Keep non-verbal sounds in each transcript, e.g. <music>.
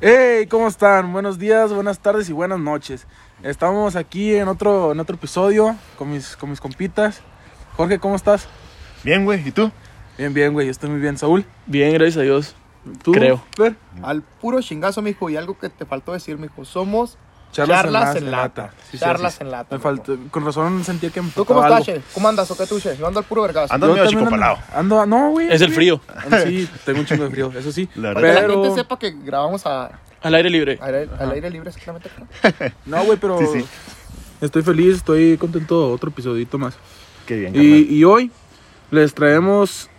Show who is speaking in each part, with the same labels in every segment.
Speaker 1: Hey, ¿cómo están? Buenos días, buenas tardes y buenas noches. Estamos aquí en otro, en otro episodio con mis, con mis compitas. Jorge, ¿cómo estás?
Speaker 2: Bien, güey, ¿y tú?
Speaker 1: Bien, bien, güey, yo estoy muy bien. Saúl,
Speaker 3: Bien, gracias a Dios.
Speaker 1: ¿tú?
Speaker 3: Creo.
Speaker 1: Fer,
Speaker 4: Al puro chingazo, mijo. Y algo que te faltó decir, mijo. Somos
Speaker 1: charlas,
Speaker 4: charlas,
Speaker 1: en, lata. Sí, sí,
Speaker 4: charlas
Speaker 1: sí.
Speaker 4: en lata.
Speaker 1: Me
Speaker 4: mijo.
Speaker 1: faltó, con razón sentía que me
Speaker 4: ¿Tú cómo
Speaker 1: faltaba
Speaker 4: estás,
Speaker 1: algo.
Speaker 4: che? ¿Cómo andas o qué tú, che? Yo ando al puro vergazo.
Speaker 2: Ando- medio
Speaker 1: también
Speaker 2: achicopalado.
Speaker 1: Ando, ando- no, güey.
Speaker 3: Es el
Speaker 1: güey.
Speaker 3: frío.
Speaker 1: Ando- Sí, tengo un chingo de frío, eso sí.
Speaker 2: <laughs> La verdad.
Speaker 4: Para que la gente
Speaker 1: Pero,
Speaker 4: sepa que grabamos a,
Speaker 3: Al aire libre.
Speaker 4: al aire- al aire libre exactamente.
Speaker 1: no, güey, pero
Speaker 2: Sí, sí.
Speaker 1: estoy feliz, estoy contento. Otro episodito más.
Speaker 2: Qué bien,
Speaker 1: Y, y hoy les traemos
Speaker 2: carnal.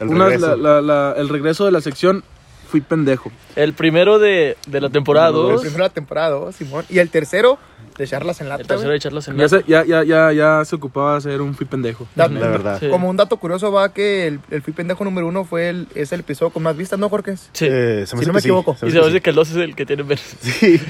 Speaker 2: El
Speaker 1: Una-
Speaker 2: regreso.
Speaker 1: la- la- la- el regreso de la sección Fui pendejo.
Speaker 3: El primero de, de la temporada
Speaker 4: El
Speaker 3: 2.
Speaker 4: primero de la temporada, oh, Simón. Y el tercero, de charlas en lata.
Speaker 3: El tercero
Speaker 4: güey.
Speaker 3: de charlas en
Speaker 1: Ya
Speaker 3: lata.
Speaker 1: se, ya, ya, ya, ya se ocupaba hacer un fui pendejo.
Speaker 4: Da-
Speaker 2: La verdad.
Speaker 3: Sí.
Speaker 4: Como un dato curioso va que el, el Fui Pendejo número uno fue el, es el episodio con más vistas, ¿no, Jorge?
Speaker 3: Sí.
Speaker 2: Eh,
Speaker 4: Si no me
Speaker 2: que sí,
Speaker 4: equivoco.
Speaker 2: se me
Speaker 3: y se me
Speaker 2: hace
Speaker 3: hace que el 2 es el que tiene menos. <laughs> Sí,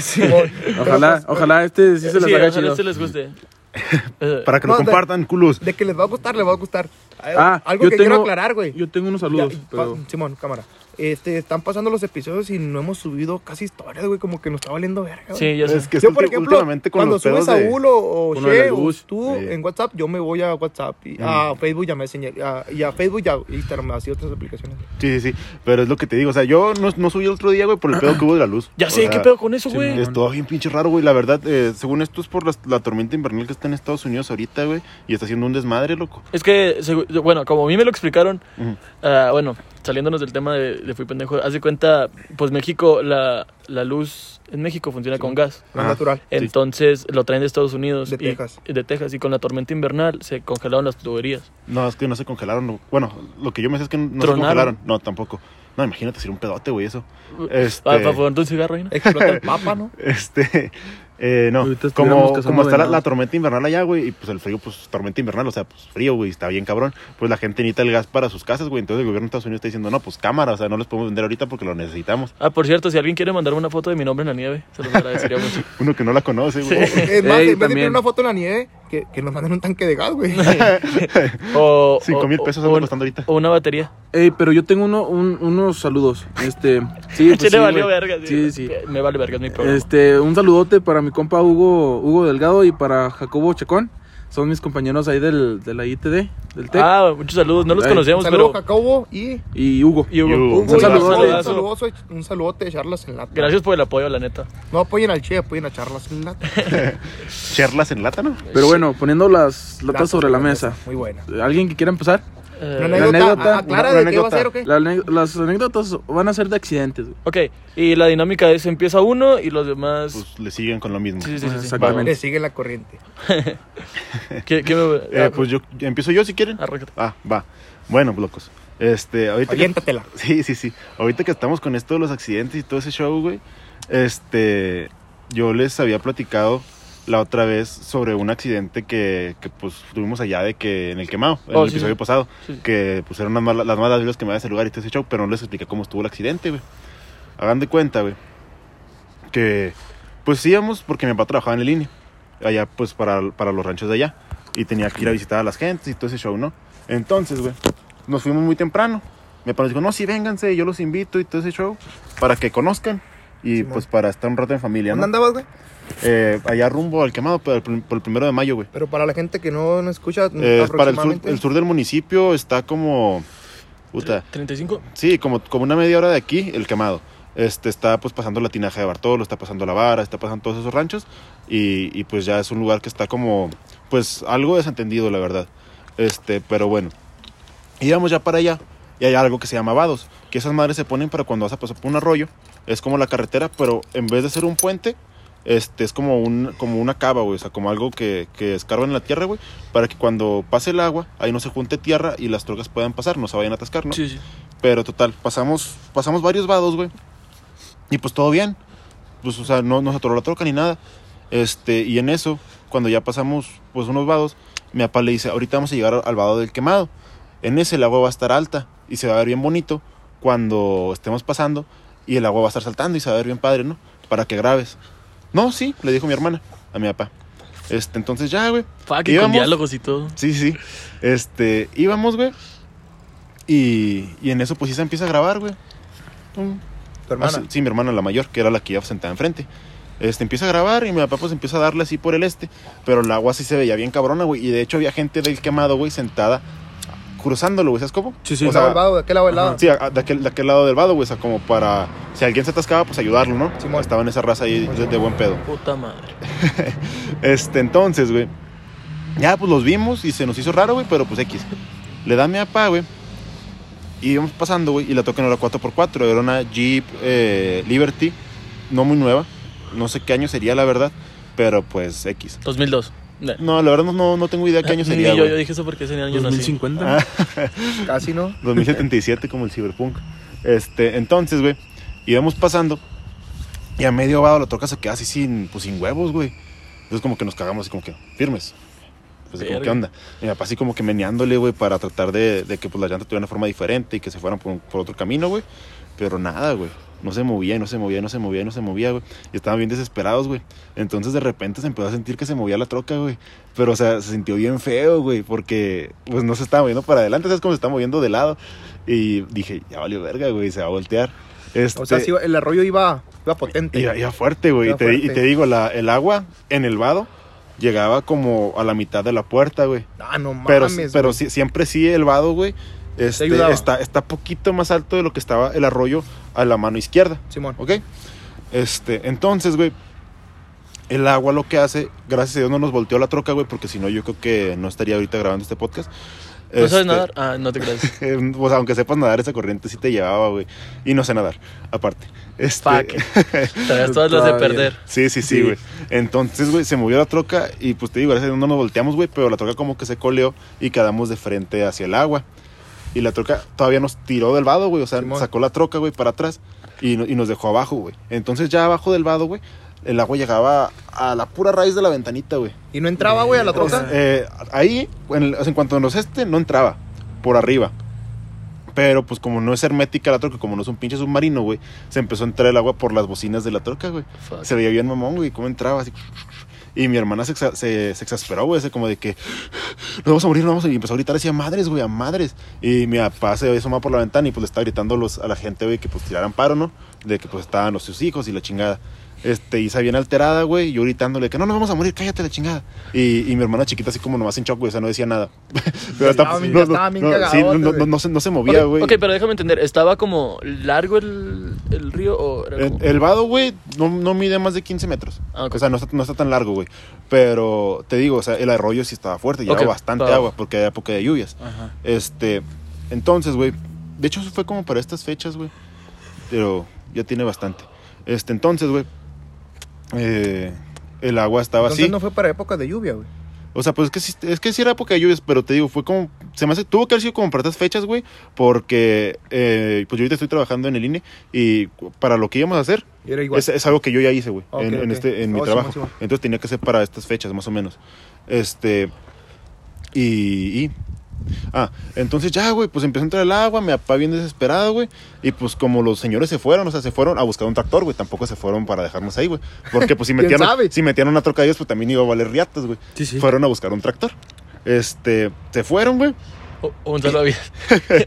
Speaker 4: Simón.
Speaker 1: Ojalá,
Speaker 4: Pero, pues,
Speaker 1: ojalá este sí se les haga
Speaker 3: ojalá
Speaker 1: chido.
Speaker 3: este les guste. Eh,
Speaker 2: que- Para que
Speaker 4: No,
Speaker 2: lo
Speaker 4: de-
Speaker 2: compartan, culos.
Speaker 4: pues, De que les va a gustar, les va a gustar.
Speaker 1: Ah,
Speaker 4: Algo
Speaker 1: yo
Speaker 4: que quiero
Speaker 1: tengo-
Speaker 4: aclarar, güey.
Speaker 1: Yo tengo unos
Speaker 4: Ya,
Speaker 1: saludos,
Speaker 4: y pa-
Speaker 1: pero
Speaker 4: Simón, cámara. Este, están pasando los episodios y no hemos subido casi historias, güey, como que nos está valiendo verga. güey.
Speaker 3: sí, ya sé.
Speaker 2: Es que
Speaker 4: yo,
Speaker 2: está
Speaker 4: por
Speaker 2: ulti-
Speaker 4: ejemplo,
Speaker 2: últimamente con
Speaker 4: cuando
Speaker 2: los
Speaker 4: subes
Speaker 2: pedos
Speaker 4: a
Speaker 2: de-
Speaker 4: Ulo o
Speaker 1: con lo de la
Speaker 4: Che o
Speaker 1: luz.
Speaker 4: tú
Speaker 2: Sí.
Speaker 4: en WhatsApp, yo me voy a WhatsApp, y, a Facebook y a Messenger, a- y a Facebook y a Instagram, así otras aplicaciones.
Speaker 2: Sí, sí, sí. Pero es lo que te digo. O sea, yo no, no subí el otro día, güey, por el pedo que hubo de la luz.
Speaker 3: Ya
Speaker 2: O
Speaker 3: sé,
Speaker 2: sea,
Speaker 3: ¿qué pedo con eso, güey?
Speaker 2: Es todo bien pinche raro, güey. La verdad, eh, según esto es por las- la, tormenta invernal que está en Estados Unidos ahorita, güey. Y está haciendo un desmadre, loco.
Speaker 3: Es que, segu- bueno, como a mí me lo explicaron,
Speaker 2: Ujú.
Speaker 3: ah, bueno, saliéndonos del tema de, de Fui Pendejo, haz de cuenta, pues México, la, la luz en México funciona con gas.
Speaker 4: No
Speaker 2: Ah.
Speaker 4: es natural.
Speaker 3: Entonces lo traen de Estados Unidos.
Speaker 4: De
Speaker 3: y-
Speaker 4: Texas.
Speaker 3: De Texas. Y con la tormenta invernal se congelaron las tuberías.
Speaker 2: No, es que no se congelaron. no. Bueno, lo que yo me sé es que no
Speaker 3: Tronaron.
Speaker 2: se congelaron. No, tampoco. No, imagínate si era un pedote, güey, eso. Este...
Speaker 3: Ah, para ponerte un cigarro ahí, ¿no?
Speaker 4: Explota el papa, ¿no?
Speaker 2: <laughs> Este, eh, no,
Speaker 1: Ahorita estuviéramos
Speaker 2: como,
Speaker 1: cazando
Speaker 2: como está la,
Speaker 1: venados.
Speaker 2: la tormenta invernal allá, güey, y pues el frío, pues tormenta invernal, o sea, pues frío, güey, está bien cabrón, pues la gente necesita el gas para sus casas, güey, entonces el gobierno de Estados Unidos está diciendo, no, pues cámara, o sea, no les podemos vender ahorita porque lo necesitamos.
Speaker 3: Ah, por cierto, si alguien quiere mandarme una foto de mi nombre en la nieve, se los
Speaker 2: <laughs>
Speaker 3: agradecería mucho.
Speaker 2: Uno que no la conoce, güey.
Speaker 4: Es más,
Speaker 1: Ey,
Speaker 4: en vez de
Speaker 1: también.
Speaker 4: poner una foto en la nieve, que, que nos manden un tanque de gas, güey.
Speaker 3: O,
Speaker 2: <laughs> Cinco
Speaker 3: o-
Speaker 2: mil
Speaker 3: o-
Speaker 2: pesos
Speaker 3: o,
Speaker 2: anda
Speaker 3: un-
Speaker 2: costando ahorita.
Speaker 3: o
Speaker 2: <laughs>
Speaker 3: una batería.
Speaker 1: Ey, pero yo tengo uno, un- unos saludos. Este, sí, pues
Speaker 3: Che,
Speaker 1: sí,
Speaker 3: le valió
Speaker 1: güey.
Speaker 3: verga. Eh,
Speaker 1: Sí, sí.
Speaker 3: Me vale verga, es mi problema.
Speaker 1: Este, un saludote para mi compa Hugo Hugo Delgado y para Jacobo Chacón. Son mis compañeros ahí del de la ITD, del E TEC
Speaker 3: ah, muchos saludos. No los
Speaker 1: Ay,
Speaker 3: conocíamos,
Speaker 4: Saludos,
Speaker 3: pero...
Speaker 4: Jacobo y
Speaker 1: y Hugo.
Speaker 3: y
Speaker 2: Y
Speaker 3: Hugo,
Speaker 2: Hugo,
Speaker 4: un,
Speaker 2: Un
Speaker 4: saludo-
Speaker 3: abrazo.
Speaker 1: saludote.
Speaker 4: un saludote, un saludote de charlas en lata.
Speaker 3: Gracias por el apoyo, la neta.
Speaker 4: No apoyen al Che, apoyen a charlas en lata.
Speaker 2: Charlas en lata, ¿no?
Speaker 1: Pero bueno, poniendo las latas
Speaker 4: Latas
Speaker 1: sobre la mesa.
Speaker 4: Muy buena.
Speaker 1: ¿Alguien que quiera empezar?
Speaker 3: Eh,
Speaker 4: Una anécdota,
Speaker 1: anécdota,
Speaker 4: ah, aclara
Speaker 2: una
Speaker 4: de qué va a
Speaker 2: anécdota.
Speaker 4: ser o qué.
Speaker 1: La ane- las anécdotas van a ser de accidentes. güey.
Speaker 3: ok, y la dinámica es empieza uno y los demás...
Speaker 2: Pues le siguen con lo mismo.
Speaker 3: sí, sí, sí, sí, sí.
Speaker 1: Exactamente.
Speaker 4: Le sigue la corriente.
Speaker 3: Va. ¿Qué- qué me-
Speaker 2: Eh,
Speaker 3: ah,
Speaker 2: pues yo, yo empiezo yo si quieren.
Speaker 3: arráncate.
Speaker 2: Ah, va. Bueno, locos. Este, ahorita que-
Speaker 4: Aviéntatela.
Speaker 2: <laughs> Sí, sí, sí. Ahorita que estamos con esto de los accidentes y todo ese show, güey. Este, yo les había platicado la otra vez sobre un accidente que, que, pues tuvimos allá de que en el quemado, en
Speaker 3: Oh,
Speaker 2: el
Speaker 3: sí,
Speaker 2: episodio
Speaker 3: sí.
Speaker 2: pasado,
Speaker 3: Sí, sí.
Speaker 2: que pusieron las malas, las malas vibras que me da ese lugar y todo ese show, pero no les expliqué cómo estuvo el accidente, güey. Hagan de cuenta, güey, que pues íbamos porque mi papá trabajaba en el INE, allá pues para, para los ranchos de allá, y tenía que ir a visitar a las gentes y todo ese show, ¿no? Entonces, güey, nos fuimos muy temprano. Mi papá nos dijo, no, sí, vénganse, yo los invito y todo ese show, para que conozcan y
Speaker 4: Simón.
Speaker 2: pues para estar un rato en familia,
Speaker 4: ¿Dónde
Speaker 2: ¿no?
Speaker 4: andabas, güey?
Speaker 2: Eh, allá rumbo al quemado por el, prim- por el primero de mayo, güey.
Speaker 4: Pero para la gente que no, no escucha,
Speaker 2: Eh, es para el sur,
Speaker 4: Mm, aproximadamente.
Speaker 2: el sur del municipio está como... Puta,
Speaker 3: ¿35?
Speaker 2: sí, como, como una media hora de aquí, el quemado. Este, está pues pasando la tinaja de Bartolo, está pasando la vara, está pasando todos esos ranchos. Y, y, pues ya es un lugar que está como, pues algo desentendido, la verdad. Este, pero bueno. Íbamos ya para allá y hay algo que se llama vados, que esas madres se ponen para cuando vas a pasar por un arroyo. Es como la carretera, pero en vez de ser un puente, este, es como, un, como una cava, güey. O sea, como algo que, que escarban en la tierra, güey. Para que cuando pase el agua, ahí no se junte tierra y las trocas puedan pasar, no se vayan a atascar, ¿no?
Speaker 3: Sí, sí.
Speaker 2: Pero total, pasamos, pasamos varios vados, güey. Y pues todo bien. Pues, o sea, no nos atoró la troca ni nada. Este, y en eso, cuando ya pasamos, pues, unos vados, mi papá le dice, ahorita vamos a llegar al vado del quemado. En ese el agua va a estar alta y se va a ver bien bonito cuando estemos pasando y el agua va a estar saltando y se va a ver bien padre, ¿no? Para que grabes. No, sí, le dijo mi hermana a mi papá. Este, entonces ya, güey.
Speaker 3: Fuck, y con
Speaker 2: Íbamos-
Speaker 3: diálogos y todo.
Speaker 2: Sí, sí. Este, íbamos, güey. Y, y en eso, pues sí se empieza a grabar, güey. Tum,
Speaker 5: Tu hermana.
Speaker 2: Ah, sí, sí, mi hermana la mayor, que era la que iba sentada enfrente. Este, empieza a grabar y mi papá pues empieza a darle así por el este. Pero el agua sí se veía bien cabrona, güey. Y de hecho había gente del quemado, güey, sentada cruzándolo, güey. ¿Sabes cómo?
Speaker 1: Sí, sí.
Speaker 2: O
Speaker 5: O
Speaker 2: sea,
Speaker 5: sea, el vado, de aquel lado, el lado.
Speaker 2: Sí, a- a- de, aquel, de aquel lado del vado, güey. O sea, como para... Si alguien se atascaba, pues ayudarlo, ¿no?
Speaker 5: Simón.
Speaker 2: Estaba en esa raza ahí de, de buen pedo.
Speaker 3: Puta madre.
Speaker 2: Este, entonces, güey. Ya, pues los vimos y se nos hizo raro, güey, pero pues X. Le da a mi papá, güey. Y íbamos pasando, güey, y la toca no era 4x4, era una Jeep eh, Liberty, no muy nueva. No sé qué año sería, la verdad, pero pues X.
Speaker 3: 2002. No.
Speaker 2: No, la verdad no- no, no tengo idea qué año
Speaker 3: Ah, Ni
Speaker 2: sería.
Speaker 3: yo,
Speaker 2: güey.
Speaker 3: yo dije eso porque ese año no nací.
Speaker 1: 2050.
Speaker 5: Casi, ¿no?
Speaker 2: 2077 como el Cyberpunk. Este, entonces, güey, íbamos pasando y a medio vado la troca se queda así sin, pues, sin huevos, güey. Entonces como que nos cagamos así como que, firmes. Pues como,
Speaker 3: Verga.
Speaker 2: ¿qué onda? Y mi papá así como que meneándole, güey, para tratar de, de que pues la llanta tuviera una forma diferente y que se fueran por, un- por otro camino, güey. Pero nada, güey. No se movía y no se movía y no se movía y no se movía, güey. Y estaban bien desesperados, güey. Entonces de repente se empezó a sentir que se movía la troca, güey. Pero, o sea, se sintió bien feo, güey, porque pues no se estaba moviendo para adelante, ¿sabes cómo se está moviendo de lado? Y dije, ya valió verga, güey, se va a voltear. Este,
Speaker 5: O sea, sí, el arroyo iba, iba potente.
Speaker 2: Iba, iba fuerte, güey. Y
Speaker 5: Iba
Speaker 2: te, y
Speaker 5: fuerte.
Speaker 2: te digo, la- el agua en el vado llegaba como a la mitad de la puerta, güey.
Speaker 5: Ah, no mames.
Speaker 2: Pero,
Speaker 5: güey.
Speaker 2: pero sí- siempre sí el vado, güey. Este,
Speaker 5: ayudaba.
Speaker 2: está, está poquito más alto de lo que estaba el arroyo a la mano izquierda.
Speaker 5: Simón.
Speaker 2: ¿Ok? Este, entonces, güey, el agua lo que hace, gracias a Dios no nos volteó la troca, güey, porque si no yo creo que no estaría ahorita grabando este podcast.
Speaker 3: ¿No
Speaker 2: Este, <laughs>
Speaker 3: sabes nadar? Ah, no te creas.
Speaker 2: eh, o sea, aunque sepas nadar, esa corriente sí te llevaba, güey. Y no sé nadar, aparte. Este,
Speaker 3: Fuck. Traías todas las de
Speaker 1: Todavía.
Speaker 3: perder.
Speaker 2: Sí, sí, sí,
Speaker 1: Sí.
Speaker 2: güey. Entonces, güey, se movió la troca y pues te digo, gracias a Dios no nos volteamos, güey, pero la troca como que se coleó y quedamos de frente hacia el agua. Y la troca todavía nos tiró del vado, güey. O sea,
Speaker 5: Simón.
Speaker 2: sacó la troca, güey, para atrás y, no- y nos dejó abajo, güey. Entonces, ya abajo del vado, güey, el agua llegaba a la pura raíz de la ventanita, güey.
Speaker 5: Y no entraba, güey, a la
Speaker 2: O sea,
Speaker 4: Ah.
Speaker 5: troca.
Speaker 2: eh, ahí, en, el- o sea, en cuanto nos este, no entraba por arriba. Pero pues como no es hermética la troca, como no es un pinche submarino, güey, se empezó a entrar el agua por las bocinas de la troca, güey.
Speaker 3: Fuck.
Speaker 2: Se veía bien mamón, güey, cómo entraba así. Y mi hermana se, exa- se, se exasperó, güey, así como de que nos vamos a morir, nos vamos a morir. Y empezó a gritar así a madres, güey, a madres. Y mi papá se asomó por la ventana y pues le estaba gritando los- a la gente, güey, que pues tiraran paro, ¿no? De que pues estaban los sus hijos y la chingada. Este, y esa bien alterada, güey, y yo gritándole que no, nos vamos a morir, cállate la chingada. Y, y mi hermana chiquita así como nomás en shock, güey, o sea, no decía nada. <laughs> Pero hasta-
Speaker 5: Estaba bien-
Speaker 2: no, no,
Speaker 5: estaba bien
Speaker 2: no, sí, no,
Speaker 5: cagadote,
Speaker 2: no,
Speaker 5: güey.
Speaker 2: no se, no se
Speaker 3: Ok,
Speaker 2: movía, güey.
Speaker 3: ok, pero déjame entender. ¿Estaba como largo el, el río o era
Speaker 2: El,
Speaker 3: como-
Speaker 2: el vado, güey, no, no mide más de 15 metros.
Speaker 3: Ah, ok.
Speaker 2: Eh, O sea, no está, no está tan largo, güey. Pero te digo, o sea, el arroyo sí estaba fuerte, llevaba
Speaker 3: Ok,
Speaker 2: bastante
Speaker 3: estaba-
Speaker 2: agua porque era época de lluvias.
Speaker 1: Ajá.
Speaker 2: Este, entonces, güey, de hecho eso fue como para estas fechas, güey. Pero ya tiene bastante. Este, entonces, güey, eh, el agua estaba
Speaker 5: Entonces
Speaker 2: así.
Speaker 5: no fue para época de lluvia, güey.
Speaker 2: O sea, pues es que, sí, es que sí era época de lluvias, pero te digo, fue como. Se me hace. Tuvo que haber sido como para estas fechas, güey. Porque. eh, pues yo ahorita estoy trabajando en el INE. Y para lo que íbamos a hacer,
Speaker 5: Y Era igual.
Speaker 2: es, es algo que yo ya hice, güey,
Speaker 5: Ok,
Speaker 2: en, en
Speaker 5: ok.
Speaker 2: este, en mi
Speaker 5: Oh,
Speaker 2: trabajo.
Speaker 5: Simón, Simón.
Speaker 2: Entonces tenía que ser para estas fechas, más o menos. Este. Y. y- Ah, entonces ya, güey, pues empezó a entrar el agua, mi papá bien desesperado, güey. Y pues como los señores se fueron, o sea, se fueron a buscar un tractor, güey. Tampoco se fueron para dejarnos ahí, güey.
Speaker 5: <laughs>
Speaker 2: Porque pues si
Speaker 5: ¿Quién
Speaker 2: metían,
Speaker 5: sabe?
Speaker 2: si metían una troca de ellos, pues también iba a valer riatas, güey.
Speaker 1: Sí, sí.
Speaker 2: Fueron a buscar un tractor. Este, se fueron, güey.
Speaker 3: o- o un salvavidas?
Speaker 2: <laughs>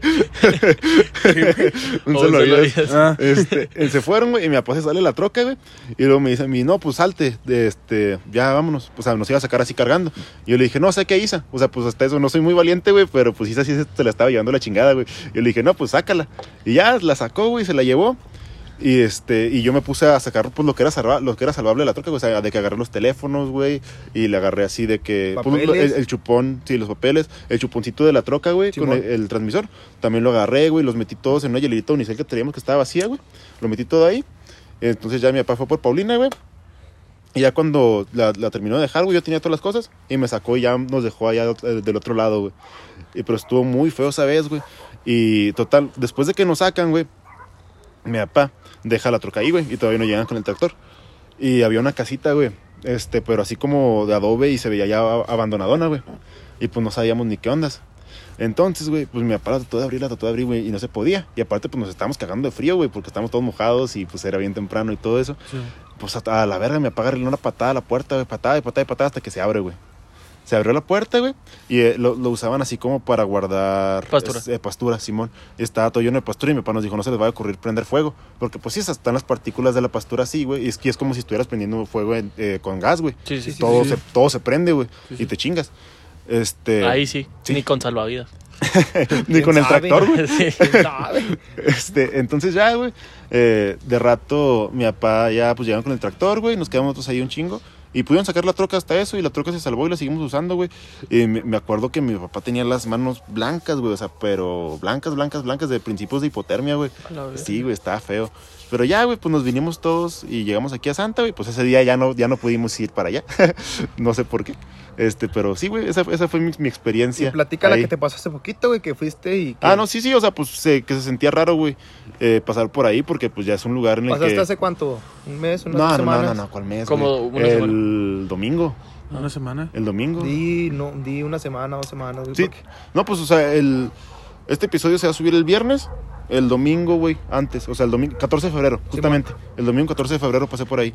Speaker 2: Un
Speaker 5: Oh,
Speaker 3: O un
Speaker 2: salvavidas.
Speaker 3: salvavidas.
Speaker 1: Ah,
Speaker 2: Este, eh, se fueron, güey, y mi papá se sale la troca, güey. Y luego me dice a mí, no, pues salte, de este, ya vámonos. O sea, nos iba a sacar así cargando. Y yo le dije, no, sé qué Isa. O sea, pues hasta eso no soy muy valiente, güey, pero pues Isa sí se te la estaba llevando la chingada, güey. Yo le dije, no, pues sácala. Y ya la sacó, güey, se la llevó. Y este, y yo me puse a sacar pues lo que era salva- lo que era salvable de la troca, güey, o sea, de que agarré los teléfonos, güey, y le agarré así de que pues, lo- el,
Speaker 5: Papeles.
Speaker 2: el chupón, sí, los papeles, el chuponcito de la troca, güey, con
Speaker 5: Simón.
Speaker 2: el, el transmisor. También lo agarré, güey, los metí todos en una hielerita unicel que teníamos que estaba vacía, güey. Lo metí todo ahí. Entonces ya mi papá fue por Paulina, güey. Y ya cuando la, la terminó de dejar, güey, yo tenía todas las cosas. Y me sacó y ya nos dejó allá del otro- del otro lado, güey. Y, pero estuvo muy feo esa vez, güey. Y total, después de que nos sacan, güey, mi papá deja la troca ahí, güey. Y todavía no llegan con el tractor. Y había una casita, güey. Este, pero así como de adobe y se veía ya ab- abandonadona, güey. Y pues no sabíamos ni qué ondas. Entonces, güey, pues mi papá la trató de abrir, la trató de abrir, güey, y no se podía. Y aparte, pues nos estábamos cagando de frío, güey, porque estábamos todos mojados y pues era bien temprano y todo eso.
Speaker 1: sí.
Speaker 2: Pues a, a la verga me apaga una patada a la puerta, güey, patada y patada y patada hasta que se abre, güey. Se abrió la puerta, güey, y eh, lo, lo usaban así como para guardar
Speaker 3: Pastura.
Speaker 2: es- eh, pastura, Simón. Y estaba todo lleno de pastura y mi papá nos dijo, no se les va a ocurrir prender fuego, porque pues sí, esas están las partículas de la pastura así, güey, y es, y es como si estuvieras prendiendo fuego en- eh, con gas, güey.
Speaker 3: Sí, sí, sí.
Speaker 2: todo,
Speaker 4: sí,
Speaker 2: se,
Speaker 4: sí.
Speaker 2: todo se prende, güey,
Speaker 3: Sí,
Speaker 2: y
Speaker 3: sí.
Speaker 2: te chingas. Este,
Speaker 3: Ahí sí,
Speaker 2: Sí.
Speaker 3: ni con
Speaker 2: <laughs>
Speaker 3: salvavidas. <laughs>
Speaker 2: ni con el
Speaker 4: sabe?
Speaker 2: tractor, güey.
Speaker 3: Sí.
Speaker 2: <laughs> Este, entonces ya, güey, eh, de rato mi papá ya pues llegaron con el tractor, güey, nos quedamos nosotros ahí un chingo. Y pudieron sacar la troca hasta eso y la troca se salvó y la seguimos usando, güey. Y me, me acuerdo que mi papá tenía las manos blancas, güey, o sea, pero blancas, blancas, blancas de principios de hipotermia, güey.
Speaker 3: A la verga.
Speaker 2: Sí, güey, estaba feo. Pero ya, güey, pues nos vinimos todos y llegamos aquí a Santa, güey. Pues ese día ya no, ya no pudimos ir para allá. <laughs> no sé por qué. Este, pero sí, güey, esa, esa fue mi, mi experiencia.
Speaker 4: Y platica la
Speaker 2: ahí.
Speaker 4: que te pasó hace poquito, güey, que fuiste y. que-
Speaker 2: Ah, no, sí, sí, o sea, pues se- que se sentía raro, güey, eh, pasar por ahí porque pues ya es un lugar en el
Speaker 4: ¿Pasaste
Speaker 2: que...
Speaker 4: hace cuánto? ¿Un mes? ¿Unas
Speaker 2: No, no, no,
Speaker 4: semanas?
Speaker 2: no, no, ¿cuál mes?
Speaker 3: Como
Speaker 2: güey?
Speaker 3: una
Speaker 2: el
Speaker 3: semana.
Speaker 2: domingo,
Speaker 1: Una semana.
Speaker 2: el domingo.
Speaker 4: Di, no, di una semana, dos semanas, güey.
Speaker 2: Sí.
Speaker 4: porque-
Speaker 2: No, pues, o sea, el este episodio se va a subir el viernes, el domingo, güey, antes, o sea, el domingo 14 de febrero, justamente. el domingo 14 de febrero pasé por ahí.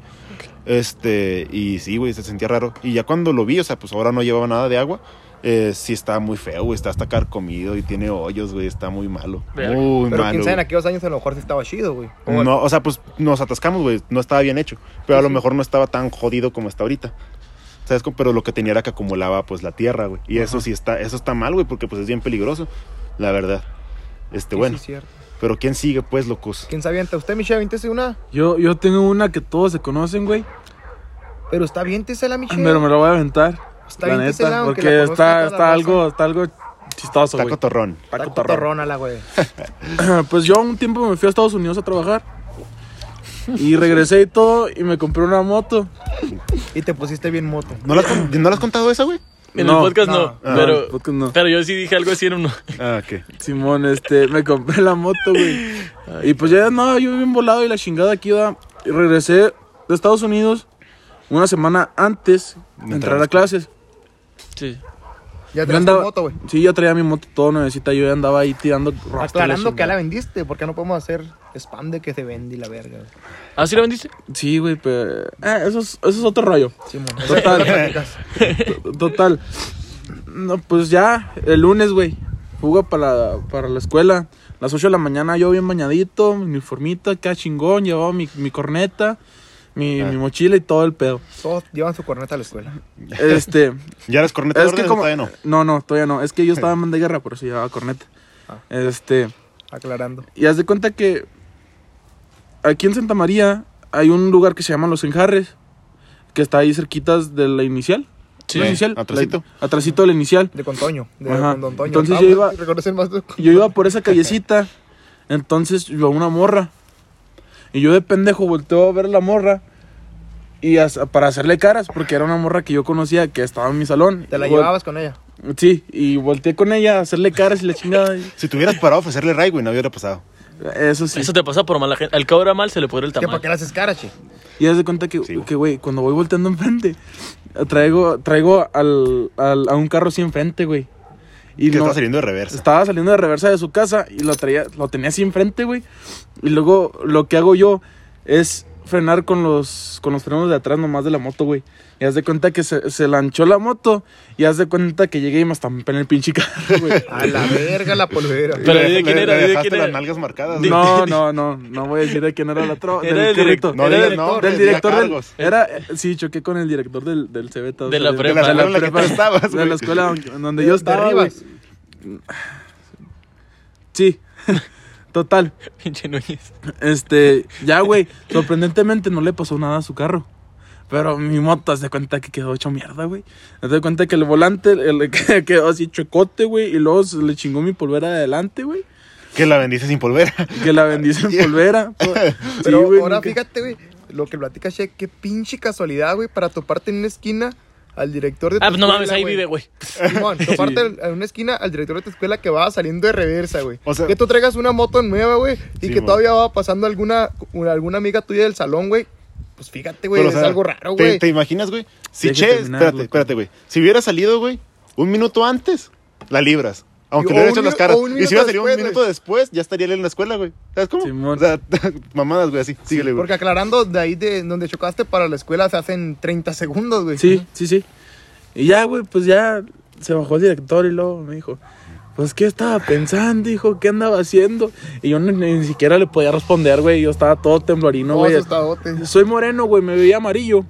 Speaker 2: Este, y sí, güey, se sentía raro. Y ya cuando lo vi, o sea, pues ahora no llevaba nada de agua. Eh, sí está muy feo, güey, está hasta carcomido y tiene hoyos, güey, está muy malo.
Speaker 3: Verga.
Speaker 2: Muy
Speaker 4: Pero
Speaker 2: malo.
Speaker 4: quién sabe, en
Speaker 2: güey.
Speaker 4: aquellos años a lo mejor sí estaba chido, güey. Como-
Speaker 2: No, o sea, pues nos atascamos, güey. No estaba bien hecho. Pero a lo mejor no estaba tan jodido como está ahorita. ¿Sabes? cómo? Pero lo que tenía era que acumulaba, pues, la tierra, güey. Y eso sí está, eso está mal, güey, porque pues es bien peligroso. La verdad. Este,
Speaker 4: sí,
Speaker 2: bueno.
Speaker 4: sí, cierto.
Speaker 2: Pero ¿quién sigue, pues, locos?
Speaker 4: ¿Quién sabe? Ante usted, Michelle, aviéntese una.
Speaker 1: Yo, yo tengo una que todos se conocen, güey.
Speaker 4: Pero está aviéntese la Michelle.
Speaker 1: Pero me la voy a aventar.
Speaker 4: Está
Speaker 1: La
Speaker 4: bien que se la-
Speaker 1: neta,
Speaker 4: aunque
Speaker 1: porque
Speaker 4: la conozca toda
Speaker 1: está,
Speaker 4: la
Speaker 1: está
Speaker 4: raza.
Speaker 1: algo, está algo chistoso,
Speaker 2: Está
Speaker 1: güey.
Speaker 2: cotorrón.
Speaker 1: Está
Speaker 4: Está
Speaker 1: cotorrón.
Speaker 4: cotorrona la güey.
Speaker 1: <clears throat> Pues yo un tiempo me fui a Estados Unidos a trabajar. Y regresé y todo y me compré una moto.
Speaker 4: Y te pusiste bien moto.
Speaker 2: ¿No las con- ¿no las has contado esa, güey?
Speaker 3: En
Speaker 1: No,
Speaker 3: el podcast no,
Speaker 4: no.
Speaker 1: No,
Speaker 3: pero,
Speaker 1: porque no.
Speaker 3: pero yo sí dije algo así en uno. <laughs>
Speaker 2: Ah, ok.
Speaker 1: Simón, este, me compré la moto, güey. Y pues ya no, yo bien volado y la chingada aquí iba. Y regresé de Estados Unidos una semana antes de entrar a clases.
Speaker 3: Sí.
Speaker 4: Ya
Speaker 1: Yo
Speaker 4: traes
Speaker 1: andaba-
Speaker 4: tu moto, güey.
Speaker 1: Sí, ya traía mi moto todo nuevecita. Yo ya andaba ahí tirando. rosca y
Speaker 4: Aclarando
Speaker 1: la
Speaker 4: que ya la
Speaker 1: chingada.
Speaker 4: vendiste, porque no podemos hacer spam de que se vende y la verga. güey.
Speaker 3: ¿Ah, sí la vendiste?
Speaker 1: Sí, güey, pero. eh, eso, es, eso es otro
Speaker 4: <laughs>
Speaker 1: rollo.
Speaker 4: Sí, mon.
Speaker 1: Total.
Speaker 4: Eso lo platicas.
Speaker 1: T- Total. No, pues ya, el lunes, güey. Fuga para, para la escuela. Las 8 de la mañana yo bien bañadito, mi uniformita, acá chingón. Llevaba mi, mi corneta, mi,
Speaker 2: Ah.
Speaker 1: mi mochila y todo el
Speaker 2: <laughs>
Speaker 1: pedo.
Speaker 4: Todos llevan su corneta a la escuela.
Speaker 1: Este.
Speaker 2: <laughs> ¿Ya las cornetas
Speaker 1: es
Speaker 2: verdes
Speaker 1: que
Speaker 2: o
Speaker 1: como.
Speaker 2: todavía no?
Speaker 1: No, no, todavía no. Es que yo estaba en de guerra, pero sí llevaba corneta.
Speaker 4: Ah.
Speaker 1: Este.
Speaker 4: Aclarando.
Speaker 1: Y haz de cuenta que aquí en Santa María hay un lugar que se llama Los Enjarres, que está ahí cerquitas de la inicial.
Speaker 3: Sí.
Speaker 1: ¿No es inicial?
Speaker 2: atrasito.
Speaker 1: La- atrasito de la inicial.
Speaker 4: De Contoño. De
Speaker 1: Ajá.
Speaker 4: con Don Toño.
Speaker 1: Entonces
Speaker 4: Ah,
Speaker 1: yo
Speaker 4: güey,
Speaker 1: iba-
Speaker 4: reconocen más de-
Speaker 1: Yo iba por esa callecita, entonces iba una morra. Y yo de pendejo volteo a ver a la morra. Y as- para hacerle caras, porque era una morra que yo conocía que estaba en mi salón.
Speaker 4: Te la
Speaker 1: Y vol-
Speaker 4: llevabas con ella.
Speaker 1: Sí, y volteé con ella a hacerle caras y la chingada. y-
Speaker 2: Si te hubieras parado a ofrecerle ray, güey, no hubiera pasado.
Speaker 1: Eso sí.
Speaker 3: Eso te pasa por mala gente. Al cobra mal se le pudre el
Speaker 4: ¿Qué, ¿Para
Speaker 3: tamal.
Speaker 4: qué las escaras, che?
Speaker 1: Y haz de cuenta que,
Speaker 2: Sí, güey.
Speaker 1: que, güey, cuando voy volteando enfrente, traigo, traigo al, al- a un carro así enfrente, güey.
Speaker 2: Y
Speaker 1: Y
Speaker 2: que
Speaker 1: no,
Speaker 2: estaba saliendo de reversa.
Speaker 1: estaba saliendo de reversa de su casa y lo, traía, lo tenía así enfrente, güey. Y luego lo que hago yo es frenar con los, con los frenos de atrás nomás de la moto, güey. Y haz de cuenta que se, se lanchó la moto y haz de cuenta que llegué y me estampé en el pinche carro,
Speaker 2: <laughs>
Speaker 1: güey.
Speaker 4: A la verga la polvera.
Speaker 3: Pero
Speaker 2: Le-
Speaker 3: ¿de quién
Speaker 2: le-
Speaker 3: era?
Speaker 2: le
Speaker 3: ¿De
Speaker 2: dejaste
Speaker 3: quién
Speaker 2: las
Speaker 3: era?
Speaker 2: nalgas marcadas.
Speaker 1: <laughs>
Speaker 2: güey.
Speaker 1: No, no, no, no voy a decir de quién era la troca.
Speaker 3: Era el director.
Speaker 2: No
Speaker 3: Era
Speaker 2: digas
Speaker 3: del-
Speaker 2: no,
Speaker 1: del
Speaker 2: diga
Speaker 1: director del,
Speaker 2: cargos.
Speaker 1: era eh, sí choqué con el director del del Cebeta, o
Speaker 3: De
Speaker 1: sea,
Speaker 3: la prepa.
Speaker 2: De la escuela en la que
Speaker 1: prepa,
Speaker 2: tú estabas,
Speaker 1: de
Speaker 2: güey.
Speaker 1: la escuela donde, donde
Speaker 4: De-
Speaker 1: yo
Speaker 4: de
Speaker 1: estaba
Speaker 4: Rivas.
Speaker 1: güey. sí <laughs> total
Speaker 3: Pinche Núñez.
Speaker 1: este ya güey sorprendentemente no le pasó nada a su carro pero mi moto se cuenta que quedó hecho mierda, güey. Se da cuenta que el volante el- <laughs> que quedó así chocote, güey. Y luego se le chingó mi polvera de adelante, güey.
Speaker 2: Que la bendice sin polvera.
Speaker 1: Que la
Speaker 4: <laughs>
Speaker 1: bendice en polvera. Sí,
Speaker 4: Pero
Speaker 1: güey,
Speaker 4: ahora
Speaker 1: nunca-
Speaker 4: fíjate, güey, lo que platica Che, qué pinche casualidad, güey, para toparte en una esquina al director de tu
Speaker 3: Ah, pues no mames,
Speaker 4: escuela,
Speaker 3: ahí vive, <laughs> güey.
Speaker 2: <laughs>
Speaker 4: Simón, toparte al- en una esquina al director de tu escuela que va saliendo de reversa, güey.
Speaker 2: O sea-
Speaker 4: que tú traigas una moto nueva, güey, y que
Speaker 2: Simón.
Speaker 4: todavía va pasando alguna una- alguna amiga tuya del salón, güey. Pues fíjate, güey,
Speaker 2: Pero, o
Speaker 4: es
Speaker 2: sea,
Speaker 4: algo raro,
Speaker 2: ¿te-
Speaker 4: güey.
Speaker 2: ¿Te, imaginas, güey? Si
Speaker 1: Deja
Speaker 2: Che,
Speaker 1: terminar,
Speaker 2: espérate,
Speaker 1: loco.
Speaker 2: espérate, güey. Si hubiera salido, güey, un minuto antes, la libras. Aunque
Speaker 4: Y-
Speaker 2: le
Speaker 4: o
Speaker 2: hubiera hecho
Speaker 4: un minu-
Speaker 2: las caras.
Speaker 4: o un
Speaker 2: Y
Speaker 4: minuto
Speaker 2: si hubiera salido un
Speaker 4: después,
Speaker 2: minuto
Speaker 4: güey.
Speaker 2: después, ya estaría él en la escuela, güey. ¿Sabes cómo?
Speaker 1: Simón.
Speaker 2: O sea, <laughs> mamadas, güey, así. Síguele, güey.
Speaker 4: Porque aclarando, de ahí de donde chocaste para la escuela se hacen 30 segundos, güey.
Speaker 1: Sí, sí, sí. Y ya, güey, pues ya se bajó el director y luego me dijo, pues, ¿qué estaba pensando, hijo? ¿Qué andaba haciendo? Y yo ni, ni siquiera le podía responder, güey. Yo estaba todo temblorino,
Speaker 4: No,
Speaker 1: güey.
Speaker 4: asustadote.
Speaker 1: Soy moreno, güey, me veía amarillo.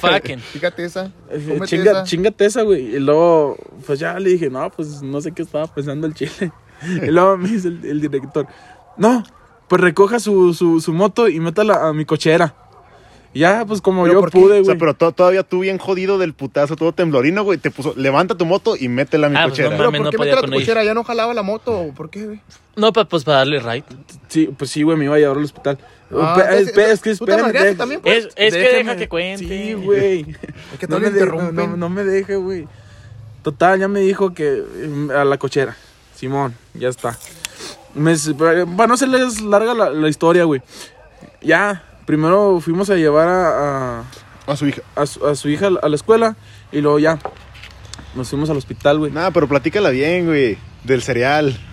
Speaker 3: Fucking.
Speaker 4: Fíjate esa.
Speaker 1: Eh,
Speaker 4: Cómete
Speaker 1: Chinga,
Speaker 4: esa.
Speaker 1: chingate esa, güey. Y luego, pues ya le dije, no, pues no sé qué estaba pensando el chile. <laughs> Y luego me dice el, el director, no, pues recoja su, su, su moto y métala a mi cochera. Y ya, pues como
Speaker 5: ¿Pero
Speaker 1: yo
Speaker 5: por qué?
Speaker 1: pude,
Speaker 2: O sea,
Speaker 1: güey.
Speaker 2: pero to- todavía tú bien jodido del putazo, todo temblorino, güey. Te puso, levanta tu moto y métela a mi
Speaker 3: Ah, pues,
Speaker 2: cochera.
Speaker 3: no
Speaker 4: Pero
Speaker 3: Mami,
Speaker 4: ¿por qué
Speaker 3: podía
Speaker 4: meter a
Speaker 3: con
Speaker 4: tu
Speaker 3: ella.
Speaker 4: cochera? Ya no jalaba la moto. ¿o ¿Por qué, güey?
Speaker 3: No, pa, pues para darle right.
Speaker 1: Sí, pues sí, güey, me iba a llevar al hospital.
Speaker 4: Ah,
Speaker 1: Pe- es, pe- es que
Speaker 4: ¿Tú te
Speaker 1: espérame,
Speaker 4: madreaste
Speaker 1: de-
Speaker 4: también, pues?
Speaker 3: Es, es que
Speaker 1: déjame.
Speaker 3: deja que cuente.
Speaker 1: Sí, güey.
Speaker 3: <laughs>
Speaker 5: Es que no
Speaker 1: No, me
Speaker 5: le
Speaker 1: de- no,
Speaker 5: interrumpen.
Speaker 1: no, no me deje, güey. Total, ya me dijo que mm, a la cochera. Simón, ya está. Me, s- para no se les larga la, la historia, güey. Ya, primero fuimos a llevar a, a-
Speaker 2: A su hija.
Speaker 1: a su, a su hija a la escuela y luego ya nos fuimos al hospital, güey.
Speaker 2: Nada, pero platícala bien, güey. Del cereal. <laughs>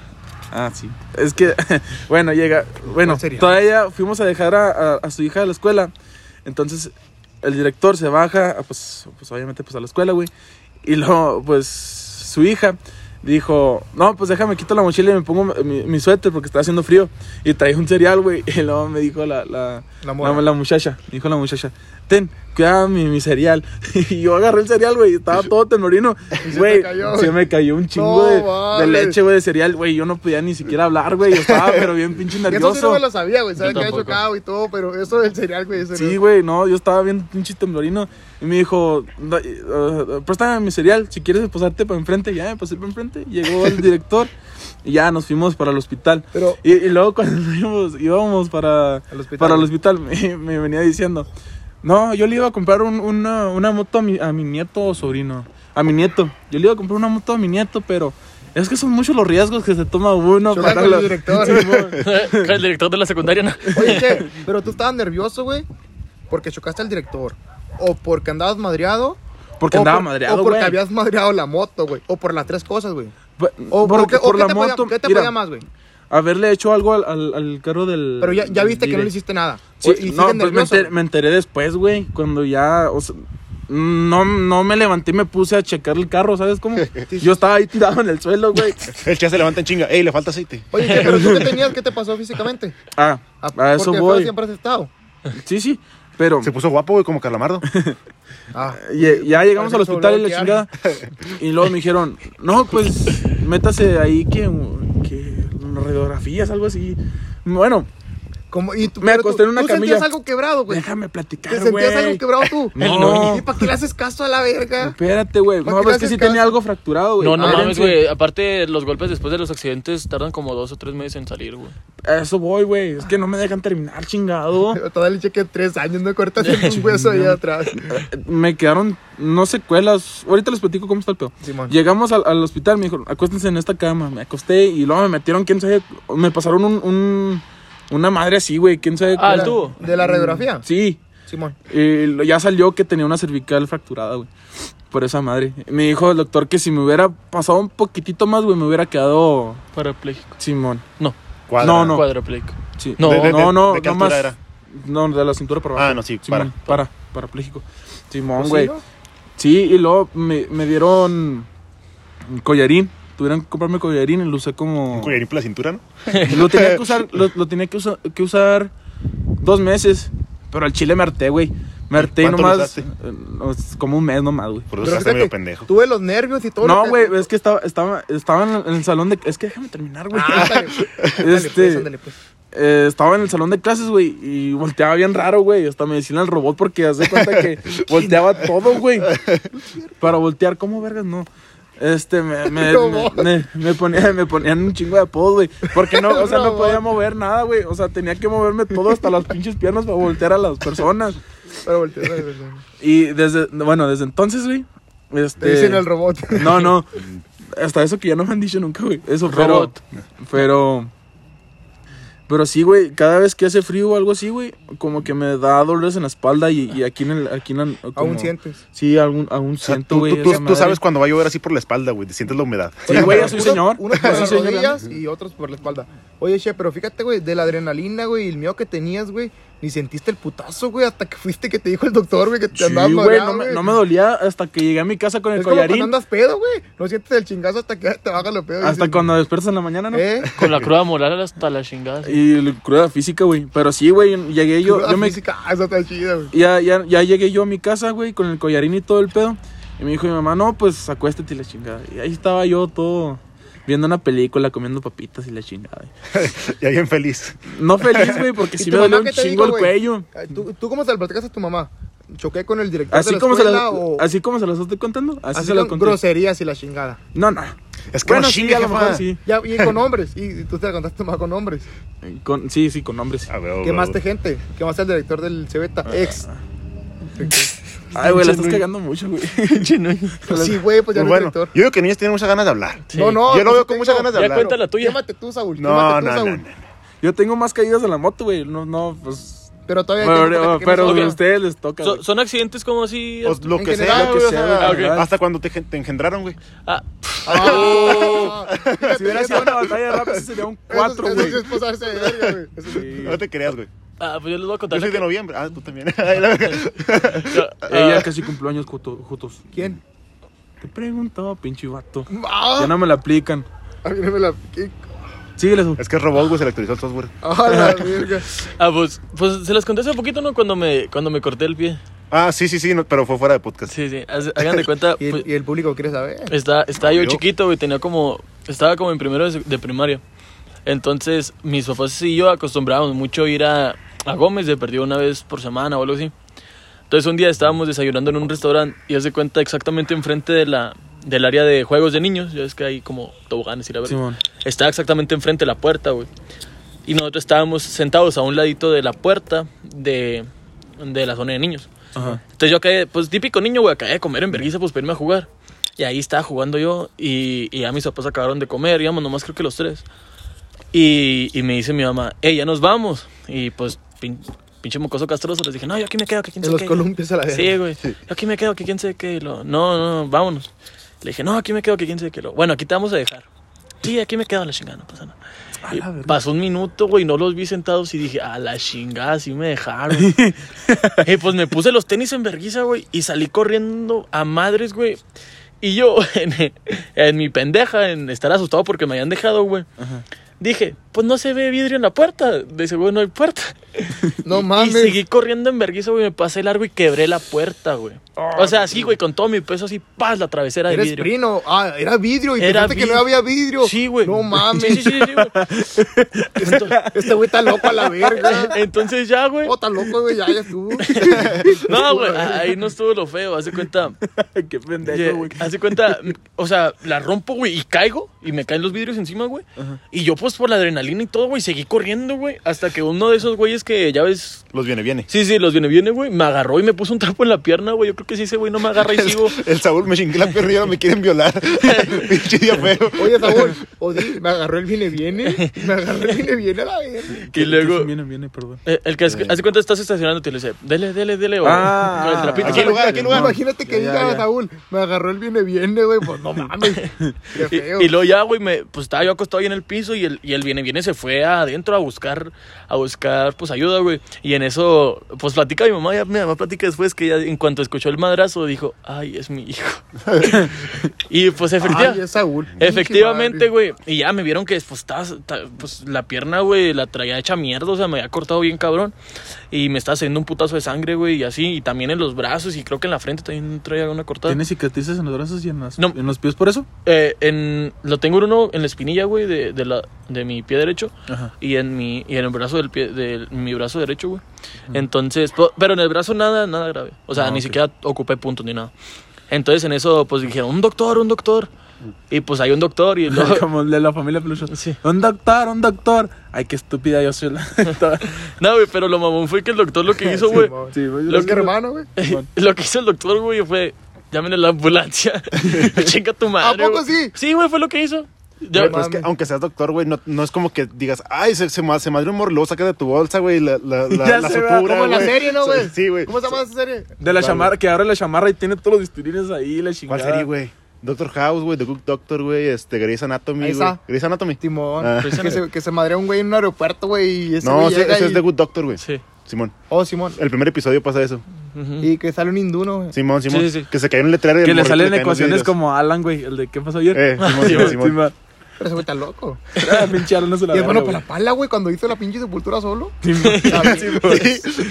Speaker 1: Ah, sí. Es que, <laughs> bueno, llega. Bueno,
Speaker 5: ¿Cuál sería?
Speaker 1: todavía fuimos a dejar a, a- a su hija a la escuela. Entonces, el director se baja, ah, pues, pues obviamente, pues a la escuela, güey. Y luego, pues, su hija dijo: No, pues déjame quito la mochila y me pongo mi, mi suéter porque está haciendo frío. Y traía un cereal, güey. <laughs> Y luego me dijo la, la,
Speaker 5: La
Speaker 1: la,
Speaker 5: morra.
Speaker 1: la muchacha, me dijo la muchacha, ten, cuida mi, mi cereal. <laughs> Y yo agarré el cereal, güey, y estaba
Speaker 4: <laughs>
Speaker 1: todo temblorino.
Speaker 4: se
Speaker 1: Güey,
Speaker 4: te cayó,
Speaker 1: se
Speaker 4: güey.
Speaker 1: me cayó un chingo de,
Speaker 4: No
Speaker 1: de
Speaker 4: mames.
Speaker 1: leche, güey, de cereal. Güey, yo no podía ni siquiera hablar, güey. Yo estaba, pero bien pinche
Speaker 4: Eso sí no
Speaker 1: nervioso.
Speaker 4: me lo sabía, güey. Sabía
Speaker 3: Yo
Speaker 4: que había
Speaker 3: tampoco.
Speaker 4: chocado y todo, pero eso del cereal, güey. eso
Speaker 1: Sí,
Speaker 4: no.
Speaker 1: güey, no, yo estaba bien pinche temblorino. Y me dijo, "Da- eh, préstame mi cereal, si quieres posarte para enfrente. Ya me pasé para enfrente, llegó
Speaker 4: <laughs>
Speaker 1: el director y ya nos fuimos para el hospital.
Speaker 4: Pero,
Speaker 1: Y, y luego cuando <laughs> íbamos, íbamos para,
Speaker 5: Al hospital.
Speaker 1: para el hospital, <laughs> me, me venía diciendo, no, yo le iba a comprar un- una, una moto a mi, a mi nieto o sobrino, a mi nieto. Yo le iba a comprar una moto a mi nieto, pero es que son muchos los riesgos que se toma uno.
Speaker 4: Choca con
Speaker 1: la- <laughs>
Speaker 4: el director.
Speaker 1: Simón.
Speaker 3: <laughs> el director de la secundaria, no.
Speaker 4: oye,
Speaker 1: <laughs>
Speaker 4: che, pero tú estabas nervioso, güey, porque chocaste al director. O porque andabas madreado.
Speaker 1: porque
Speaker 4: o
Speaker 1: andaba
Speaker 4: por-
Speaker 1: madreado,
Speaker 4: O porque
Speaker 1: güey.
Speaker 4: habías madreado la moto, güey. O por las tres cosas, güey.
Speaker 1: Por-
Speaker 4: O
Speaker 1: porque
Speaker 4: o
Speaker 1: por
Speaker 4: qué
Speaker 1: la
Speaker 4: te podía-
Speaker 1: moto,
Speaker 4: ¿Qué te
Speaker 1: mira,
Speaker 4: podía más, güey?
Speaker 1: haberle hecho algo al, al, al carro del...
Speaker 4: Pero ya, ya
Speaker 1: del
Speaker 4: viste que no
Speaker 1: dire.
Speaker 4: le hiciste nada.
Speaker 1: Sí,
Speaker 4: O- y
Speaker 1: no,
Speaker 4: sigues
Speaker 1: pues me,
Speaker 4: nervioso,
Speaker 1: enter-
Speaker 4: güey.
Speaker 1: me enteré después, güey, cuando ya, o sea, no, no me levanté y me puse a checar el carro, ¿sabes
Speaker 4: <laughs>
Speaker 1: cómo? Yo estaba ahí tirado en el suelo, güey.
Speaker 2: El chá se levanta en chinga. Ey, le falta aceite.
Speaker 4: Oye, che, pero
Speaker 1: <laughs>
Speaker 4: tú qué tenías, ¿qué te pasó físicamente?
Speaker 1: Ah,
Speaker 4: Ah,
Speaker 1: a eso
Speaker 4: porque feo
Speaker 1: voy.
Speaker 4: siempre has estado.
Speaker 1: Sí, sí, pero
Speaker 2: Se puso guapo, güey, como
Speaker 1: <laughs>
Speaker 2: Calamardo.
Speaker 4: Ah,
Speaker 1: ye- ya llegamos
Speaker 4: Parece
Speaker 1: al
Speaker 4: que se
Speaker 1: hospital
Speaker 4: volvió
Speaker 1: y la
Speaker 4: a
Speaker 1: chingada. Y luego me dijeron, no, pues métase ahí que, que radiografías, algo así. Bueno,
Speaker 4: como, y tú,
Speaker 1: Me
Speaker 4: pero
Speaker 1: acosté
Speaker 4: tú-
Speaker 1: en una
Speaker 4: tú sentías
Speaker 1: camilla.
Speaker 4: algo quebrado, güey.
Speaker 1: déjame
Speaker 4: Te
Speaker 1: platicar,
Speaker 4: sentías
Speaker 1: güey.
Speaker 4: algo quebrado tú.
Speaker 1: <laughs> No.
Speaker 4: ¿Y para qué le haces caso a
Speaker 1: <laughs>
Speaker 4: la verga?
Speaker 1: Espérate, güey.
Speaker 4: ¿Para
Speaker 1: No,
Speaker 4: qué le
Speaker 1: es que
Speaker 4: haces
Speaker 1: sí
Speaker 4: caso?
Speaker 1: tenía algo fracturado, güey.
Speaker 3: No, no
Speaker 1: Ah,
Speaker 3: mames,
Speaker 1: espérense.
Speaker 3: güey. Aparte, los golpes después de los accidentes tardan como dos o tres meses en salir, güey.
Speaker 1: A Eso voy, güey. Es que no me dejan terminar, chingado. <laughs>
Speaker 4: Todavía le chequé tres años, no cortas un hueso ahí atrás.
Speaker 1: Me quedaron, no secuelas. Ahorita les platico cómo está el pedo.
Speaker 4: Simón.
Speaker 1: Llegamos al, al hospital, me dijo, acuéstense en esta cama. Me acosté y luego me metieron, quién sabe. Me pasaron un, un- una madre así, güey, quién sabe.
Speaker 3: Ah,
Speaker 1: cuál.
Speaker 3: el tubo.
Speaker 4: ¿De la radiografía?
Speaker 1: Sí.
Speaker 4: Simón.
Speaker 1: Y lo- ya salió que tenía una cervical fracturada, güey. Por esa madre. Me dijo el doctor que si me hubiera pasado un poquitito más, güey, me hubiera quedado
Speaker 3: Parapléjico.
Speaker 1: Simón.
Speaker 3: No,
Speaker 2: Cuadra.
Speaker 1: No, no.
Speaker 3: cuadrapléjico.
Speaker 1: Sí.
Speaker 3: No.
Speaker 2: ¿De- de-
Speaker 1: no,
Speaker 2: de-
Speaker 1: no,
Speaker 2: ¿De qué
Speaker 1: no
Speaker 2: altura
Speaker 1: más.
Speaker 2: era?
Speaker 1: No, de la cintura para abajo.
Speaker 2: Ah, no, sí, para.
Speaker 1: Simón, para. parapléjico. Simón,
Speaker 4: Pues ¿Sí,
Speaker 1: güey.
Speaker 4: no?
Speaker 1: Sí, y luego me, me dieron collarín. Tuvieron que comprarme collarín y lo usé como.
Speaker 2: Un collarín por la cintura, ¿no?
Speaker 1: <laughs> Lo tenía que
Speaker 2: <laughs>
Speaker 1: usar, lo, lo tenía que, usa- que usar dos meses. Pero al chile me harté, güey. Me harté
Speaker 2: ¿Cuánto lo
Speaker 1: nomás.
Speaker 2: usaste?
Speaker 1: eh, no, es como un mes nomás, güey.
Speaker 2: Por eso
Speaker 4: Pero
Speaker 2: estás medio
Speaker 4: fíjate,
Speaker 2: pendejo.
Speaker 4: tuve los nervios y todo. lo
Speaker 1: No,
Speaker 4: que-
Speaker 1: güey,
Speaker 4: <laughs>
Speaker 1: es que estaba, estaba, estaba en el- en el salón de. Es que déjame terminar, güey.
Speaker 4: Ah, ándale, ándale, pues,
Speaker 1: este,
Speaker 4: ándale, pues.
Speaker 1: eh, estaba en el salón de clases, güey, y volteaba bien raro, güey. Hasta me decían al robot porque hace cuenta
Speaker 4: <laughs>
Speaker 1: que volteaba todo, güey. Para voltear, ¿cómo vergas? No. Este, me, me,
Speaker 4: <laughs>
Speaker 1: me,
Speaker 4: Robot.
Speaker 1: me- me ponía- me ponían un chingo de apodos, güey. Porque no, o sea,
Speaker 4: <laughs>
Speaker 1: no
Speaker 4: Robot.
Speaker 1: podía mover nada, güey. O sea, tenía que moverme todo hasta las pinches piernas para voltear a las personas.
Speaker 4: Pero volteé, ándale, pues, ándale.
Speaker 1: Y desde, bueno, desde entonces, güey. Este,
Speaker 4: Te dicen el robot. <laughs>
Speaker 1: no, no. Hasta eso que ya no me han dicho nunca, güey. Eso,
Speaker 3: Robot.
Speaker 1: pero. Pero. Pero sí, güey. Cada vez que hace frío o algo así, güey, como que me da dolores en la espalda y, y aquí en el. Aquí en la- como-
Speaker 4: Aún sientes.
Speaker 1: Sí, aún, aún
Speaker 2: O sea,
Speaker 1: siento,
Speaker 2: tú,
Speaker 1: güey.
Speaker 2: tú- tú-
Speaker 1: esa
Speaker 2: tú
Speaker 1: madre.
Speaker 2: sabes cuando va a llover así por la espalda, güey. te Sientes la humedad.
Speaker 1: Sí, güey, ya soy
Speaker 4: Unos-
Speaker 1: señor. <laughs>
Speaker 4: Unos
Speaker 1: Ya
Speaker 4: por
Speaker 1: soy
Speaker 4: las
Speaker 1: señor grande.
Speaker 4: rodillas y otros por la espalda. Oye, che, pero fíjate, güey, de la adrenalina, güey, y el miedo que tenías, güey, Ni sentiste el putazo, güey, hasta que fuiste que te dijo el doctor, güey, que te
Speaker 1: Sí,
Speaker 4: andabas
Speaker 1: güey,
Speaker 4: madreado,
Speaker 1: no, me-
Speaker 4: güey.
Speaker 1: no me dolía hasta que llegué a mi casa con el
Speaker 4: Es como cuando
Speaker 1: collarín.
Speaker 4: andas pedo, güey. No sientes el chingazo hasta que te baja lo pedo. y
Speaker 1: Hasta
Speaker 4: dices,
Speaker 1: cuando despiertas en la mañana, ¿no?
Speaker 4: ¿Eh?
Speaker 3: Con la cruda moral hasta
Speaker 1: <laughs>
Speaker 3: la chingada.
Speaker 1: Y la cruda física, güey. Pero <laughs> sí, güey, llegué yo.
Speaker 4: Yo,
Speaker 1: yo me,
Speaker 4: física, ah, esa está chida, güey.
Speaker 1: ya, ya, ya llegué yo a mi casa, güey, con el collarín y todo el pedo. Y me dijo mi mamá, no, pues acuéstate y la chingada. Y ahí estaba yo todo viendo una película, comiendo papitas y la chingada.
Speaker 2: <laughs> Y alguien feliz.
Speaker 1: No feliz, güey, porque
Speaker 4: <laughs> ¿Y
Speaker 1: sí
Speaker 4: tu
Speaker 1: me
Speaker 4: mamá
Speaker 1: dolió un
Speaker 4: qué te
Speaker 1: chingo
Speaker 4: dijo,
Speaker 1: el
Speaker 4: güey?
Speaker 1: cuello.
Speaker 4: Ay, ¿Tú, ¿Tú cómo se lo platicas a tu mamá? ¿Choqué con el director de
Speaker 1: Así
Speaker 4: la
Speaker 1: como, se
Speaker 4: escuela
Speaker 1: las,
Speaker 4: o...?
Speaker 1: así como se las estoy contando, así,
Speaker 4: así
Speaker 1: se las
Speaker 4: con
Speaker 1: conté.
Speaker 4: groserías y la chingada.
Speaker 1: No, no.
Speaker 2: Es que
Speaker 1: Bueno,
Speaker 2: no
Speaker 1: sí,
Speaker 2: chingue,
Speaker 1: a lo
Speaker 2: jefa.
Speaker 1: mejor sí.
Speaker 4: Ya, y con hombres. Y, y tú te la contaste tu mamá con hombres.
Speaker 1: Con- sí, sí, con nombres.
Speaker 2: Ah, huevo, huevo.
Speaker 4: Quemaste gente. Quemaste al director del Cebeta.
Speaker 2: Ah,
Speaker 4: Ex.
Speaker 1: Ay, güey, la estás
Speaker 3: Genuino.
Speaker 1: cagando mucho, güey.
Speaker 4: <laughs> pues, Sí, güey, pues
Speaker 2: Pues
Speaker 4: ya no es
Speaker 2: bueno,
Speaker 4: director.
Speaker 2: yo digo que niños tienen muchas ganas de hablar.
Speaker 3: Sí.
Speaker 4: No, no.
Speaker 2: Yo lo
Speaker 4: pues
Speaker 2: veo
Speaker 4: sí
Speaker 2: con
Speaker 4: tengo.
Speaker 2: muchas ganas de
Speaker 3: Ya
Speaker 2: hablar.
Speaker 3: cuenta la tuya.
Speaker 4: Quémate tú, Saúl.
Speaker 2: No,
Speaker 4: quémate tú,
Speaker 2: no, no,
Speaker 4: Saúl.
Speaker 2: no.
Speaker 1: <laughs> Yo tengo más caídas de la moto, güey. No, no, pues.
Speaker 4: Pero todavía hay
Speaker 1: Pero,
Speaker 4: tiempo para que
Speaker 1: pero este,
Speaker 4: quemes
Speaker 1: a
Speaker 4: otra.
Speaker 1: ustedes les toca.
Speaker 3: So-
Speaker 1: güey.
Speaker 3: son accidentes como así.
Speaker 2: Pues lo
Speaker 4: En
Speaker 2: que
Speaker 4: general,
Speaker 2: sea, güey,
Speaker 1: lo
Speaker 2: o
Speaker 1: que
Speaker 2: sea,
Speaker 1: sea,
Speaker 3: güey. Ah, ok.
Speaker 2: hasta cuando te, gen- te engendraron, güey.
Speaker 3: Ah,
Speaker 4: Ah, fíjate,
Speaker 1: Si hubiera
Speaker 4: eso-
Speaker 1: sido una batalla de rap, ese sería un
Speaker 4: eso-
Speaker 1: 4,
Speaker 4: eso
Speaker 1: güey.
Speaker 4: sí es pasarse de verga, güey. Eso sí.
Speaker 1: Sí.
Speaker 2: No te creas, güey.
Speaker 3: <laughs> ah, pues yo les voy a contar.
Speaker 2: Yo soy
Speaker 3: la
Speaker 2: de noviembre. Ah, tú también. <laughs> Ay, la
Speaker 4: <laughs>
Speaker 2: verga.
Speaker 3: que- yo- ah,
Speaker 1: Ella casi cumplió años junto- juntos.
Speaker 4: ¿Quién?
Speaker 1: Te preguntaba, pinche vato. Ya
Speaker 4: Ah,
Speaker 1: no me la aplican.
Speaker 4: a mí no me la- ¿qué?
Speaker 1: Síguele su.
Speaker 2: es que es robot, güey, se le actualizó el software.
Speaker 4: Ah,
Speaker 3: <laughs>
Speaker 4: la verga.
Speaker 3: ah, pues, pues se las conté hace poquito, ¿no? Cuando me, cuando me corté el pie.
Speaker 2: Ah, sí, sí, sí, no, pero fue fuera de podcast.
Speaker 3: Sí, sí. haz- Hagan de cuenta.
Speaker 4: <laughs> Y
Speaker 3: pues,
Speaker 4: el, y el público quiere saber.
Speaker 3: Está, estaba yo
Speaker 2: Obvio.
Speaker 3: chiquito, güey, tenía como... Estaba como en primero de, sec- de primaria. Entonces, mis papás y yo acostumbrábamos mucho a ir a, a Gómez de perdido una vez por semana o algo así. Entonces, un día estábamos desayunando en un restaurante y haz de cuenta exactamente enfrente de la, del área de juegos de niños. Ya es que hay como toboganes y la verdad.
Speaker 1: Simón.
Speaker 3: Estaba exactamente enfrente de la puerta, güey. Y nosotros estábamos sentados a un ladito de la puerta de, de la zona de niños.
Speaker 1: Ajá.
Speaker 3: Entonces yo acabé, pues típico niño, güey, acabé de comer en vergüenza, pues para irme a jugar. Y ahí estaba jugando yo y, y ya mis papás acabaron de comer, íbamos nomás creo que los tres. Y, y me dice mi mamá, hey, ya nos vamos. Y pues pin- pinche mocoso castroso, les dije, no, yo aquí me quedo, que quién
Speaker 4: En
Speaker 3: se
Speaker 4: los
Speaker 3: quede.
Speaker 4: columpios a la verga.
Speaker 3: Sí, güey, yo aquí me quedo, que quién se quede. Y lo, no, no, vámonos. Le dije, no, aquí me quedo, que quién se quede. Y lo, Bueno, aquí te vamos a dejar. Sí, aquí me quedo, la chingada, no pasa nada. Y pasó un minuto, güey, no los vi sentados y dije, a la chingada, sí me
Speaker 4: <laughs>
Speaker 3: dejaron. Y pues me puse los tenis en vergüenza, güey, y salí corriendo a madres, güey. Y yo, <laughs> en, en mi pendeja, en estar asustado porque me habían dejado, güey,
Speaker 1: Ajá.
Speaker 3: dije, pues no se ve vidrio en la puerta, de seguro no hay puerta. <laughs>
Speaker 4: No
Speaker 3: Y
Speaker 4: mames.
Speaker 3: seguí corriendo en vergüenza, güey, me pasé largo y quebré la puerta, güey. o sea, así, güey, con todo mi peso así, paz, la travesera de
Speaker 4: Eres
Speaker 3: vidrio.
Speaker 4: prino. Ah, era vidrio. Y
Speaker 3: Era
Speaker 4: pensaste que
Speaker 3: vidrio.
Speaker 4: no había vidrio.
Speaker 3: Sí, güey.
Speaker 4: No
Speaker 3: <laughs>
Speaker 4: mames.
Speaker 3: Sí, sí, sí, sí, güey.
Speaker 4: <laughs>
Speaker 3: Entonces-
Speaker 4: Este güey está loco a
Speaker 3: <laughs>
Speaker 4: la verga.
Speaker 3: Entonces ya, güey.
Speaker 4: Oh, está loco, güey. Ya,
Speaker 3: <laughs>
Speaker 4: ya estuvo.
Speaker 3: No, güey, ahí no estuvo lo feo, hace cuenta.
Speaker 1: Qué
Speaker 3: Ye-
Speaker 1: pendejo, güey.
Speaker 3: Haz de cuenta, m- o sea, la rompo, güey, y caigo, y me caen los vidrios encima, güey. Y yo, pues, por la adrenalina y todo, güey, seguí corriendo, güey, hasta que uno de esos güeyes que ya ves.
Speaker 2: Los viene, viene.
Speaker 3: Sí, sí, los viene, viene, güey, me agarró y me puso un trapo en la pierna, güey. Yo creo que sí, ese güey no me
Speaker 2: <laughs>
Speaker 3: agarra y sigo.
Speaker 2: El Saúl me chingué la pierna y ahora me quieren
Speaker 4: <laughs>
Speaker 2: violar. <laughs> Pinche día feo.
Speaker 4: Oye, Saúl. Odi, me agarró el viene, viene. Me agarró el viene, viene a
Speaker 3: <laughs>
Speaker 4: la verga.
Speaker 3: Y luego.
Speaker 1: Viene, viene, perdón.
Speaker 3: eh, El que hace cuenta estás estacionando y le dice, dele, dele, dele, güey.
Speaker 1: Ah,
Speaker 3: con el trapito.
Speaker 2: aquí hay lugar, aquí hay lugar.
Speaker 4: Imagínate que
Speaker 1: Ya, ya,
Speaker 4: diga
Speaker 1: ya.
Speaker 4: Saúl. Me agarró el viene, viene, güey. Pues
Speaker 3: <laughs>
Speaker 4: no mames. Qué
Speaker 3: Y,
Speaker 4: feo.
Speaker 3: y luego ya, güey, me, pues estaba yo acostado ahí en el piso y el, y el viene, viene se fue adentro a buscar, a buscar, pues ayuda, güey. Y en eso, pues platica mi mamá, ya mi mamá platica después que ya en cuanto escuchó el madrazo dijo, ay, es mi hijo. <laughs> y pues efectivamente.
Speaker 4: Ay, es Saúl. pinche
Speaker 3: Efectivamente,
Speaker 4: madre.
Speaker 3: güey. Y ya me vieron que pues, estaba- ta- pues la pierna, güey, la traía hecha mierda. O sea, me había cortado bien cabrón. Y me estaba haciendo un putazo de sangre, güey, y así. Y también en los brazos. Y creo que en la frente también traía una cortada.
Speaker 1: ¿Tienes cicatrices en los brazos y en, las,
Speaker 3: No.
Speaker 1: en los pies por eso?
Speaker 3: Eh, en, lo tengo en uno en la espinilla, güey, de, de, la, de mi pie derecho
Speaker 1: Ajá.
Speaker 3: y en mi y en el brazo del pie, de mi brazo derecho, güey. Entonces, po- pero en el brazo nada, nada grave. O sea,
Speaker 1: Ah,
Speaker 3: ni
Speaker 1: ok.
Speaker 3: siquiera ocupé puntos ni nada. Entonces en eso, pues dijeron, un doctor, un doctor.
Speaker 4: Mm.
Speaker 3: Y pues hay un doctor
Speaker 4: <laughs>
Speaker 3: y luego...
Speaker 1: <laughs> Como el de la familia Peluche.
Speaker 3: Sí.
Speaker 1: Un doctor, un doctor. Ay, qué estúpida yo soy la doctora.
Speaker 3: No, güey, pero lo mamón fue que el doctor lo que
Speaker 4: <laughs>
Speaker 3: hizo, güey...
Speaker 4: Simón.
Speaker 1: Sí, güey, yo
Speaker 4: Los
Speaker 1: sí lo-
Speaker 4: hermano, güey.
Speaker 3: <laughs> lo que hizo el doctor, güey, fue... Llamen a la
Speaker 4: <laughs>
Speaker 3: ambulancia. <laughs> Chinga tu madre.
Speaker 4: poco
Speaker 3: güey".
Speaker 4: sí?
Speaker 3: Sí, güey, fue lo que hizo. Ya- pues,
Speaker 4: Güey,
Speaker 2: Pero es que,
Speaker 4: mames.
Speaker 2: aunque seas doctor, güey, no, no es como que digas, ay, se, se, ma- se madre un morlo, saca de tu bolsa, güey, la,
Speaker 4: <laughs>
Speaker 2: la, la,
Speaker 1: Ya
Speaker 2: la
Speaker 1: se va,
Speaker 2: sutura,
Speaker 4: Como en la
Speaker 2: güey.
Speaker 4: serie, ¿no, güey?
Speaker 2: Sí, güey.
Speaker 4: ¿Cómo se llama esa serie?
Speaker 1: De la chamarra, que abre la chamarra y tiene todos los distintos ahí, la chingada.
Speaker 2: ¿Cuál serie, güey? Doctor House, güey, The Good Doctor, güey, este, Grey's
Speaker 4: Ahí
Speaker 2: Anatomy,
Speaker 4: está.
Speaker 2: güey. Grey's Anatomy.
Speaker 4: Timón.
Speaker 2: Ah.
Speaker 4: Que se, que se madrea un güey en un aeropuerto, güey. Y ese
Speaker 2: No,
Speaker 4: güey
Speaker 2: ese,
Speaker 4: llega
Speaker 2: ese
Speaker 4: y-
Speaker 2: es The Good Doctor, güey.
Speaker 3: Sí.
Speaker 2: Simón.
Speaker 4: Oh, Simón.
Speaker 2: El primer episodio pasa eso. Mm.
Speaker 3: Ujú.
Speaker 4: Y que sale un hindú, güey.
Speaker 2: Simón, Simón.
Speaker 1: Sí, sí, sí.
Speaker 2: Que se cae en un letrero. y
Speaker 1: Que
Speaker 2: el
Speaker 1: le
Speaker 2: morrito
Speaker 1: salen
Speaker 2: cae en los
Speaker 1: ecuaciones
Speaker 2: vidrios. <laughs>
Speaker 1: como Alan, güey, el de qué pasó ayer.
Speaker 2: Eh, Simón, Simón,
Speaker 1: <laughs> Sí,
Speaker 2: Simón.
Speaker 1: man.
Speaker 4: Pero ese güey está loco.
Speaker 1: Ah, <laughs> pinche Alan no se la
Speaker 4: Y es
Speaker 1: verga,
Speaker 4: bueno
Speaker 1: güey.
Speaker 4: para la pala, güey, cuando hizo la pinche sepultura solo.
Speaker 1: Sí,
Speaker 4: <laughs>
Speaker 1: man.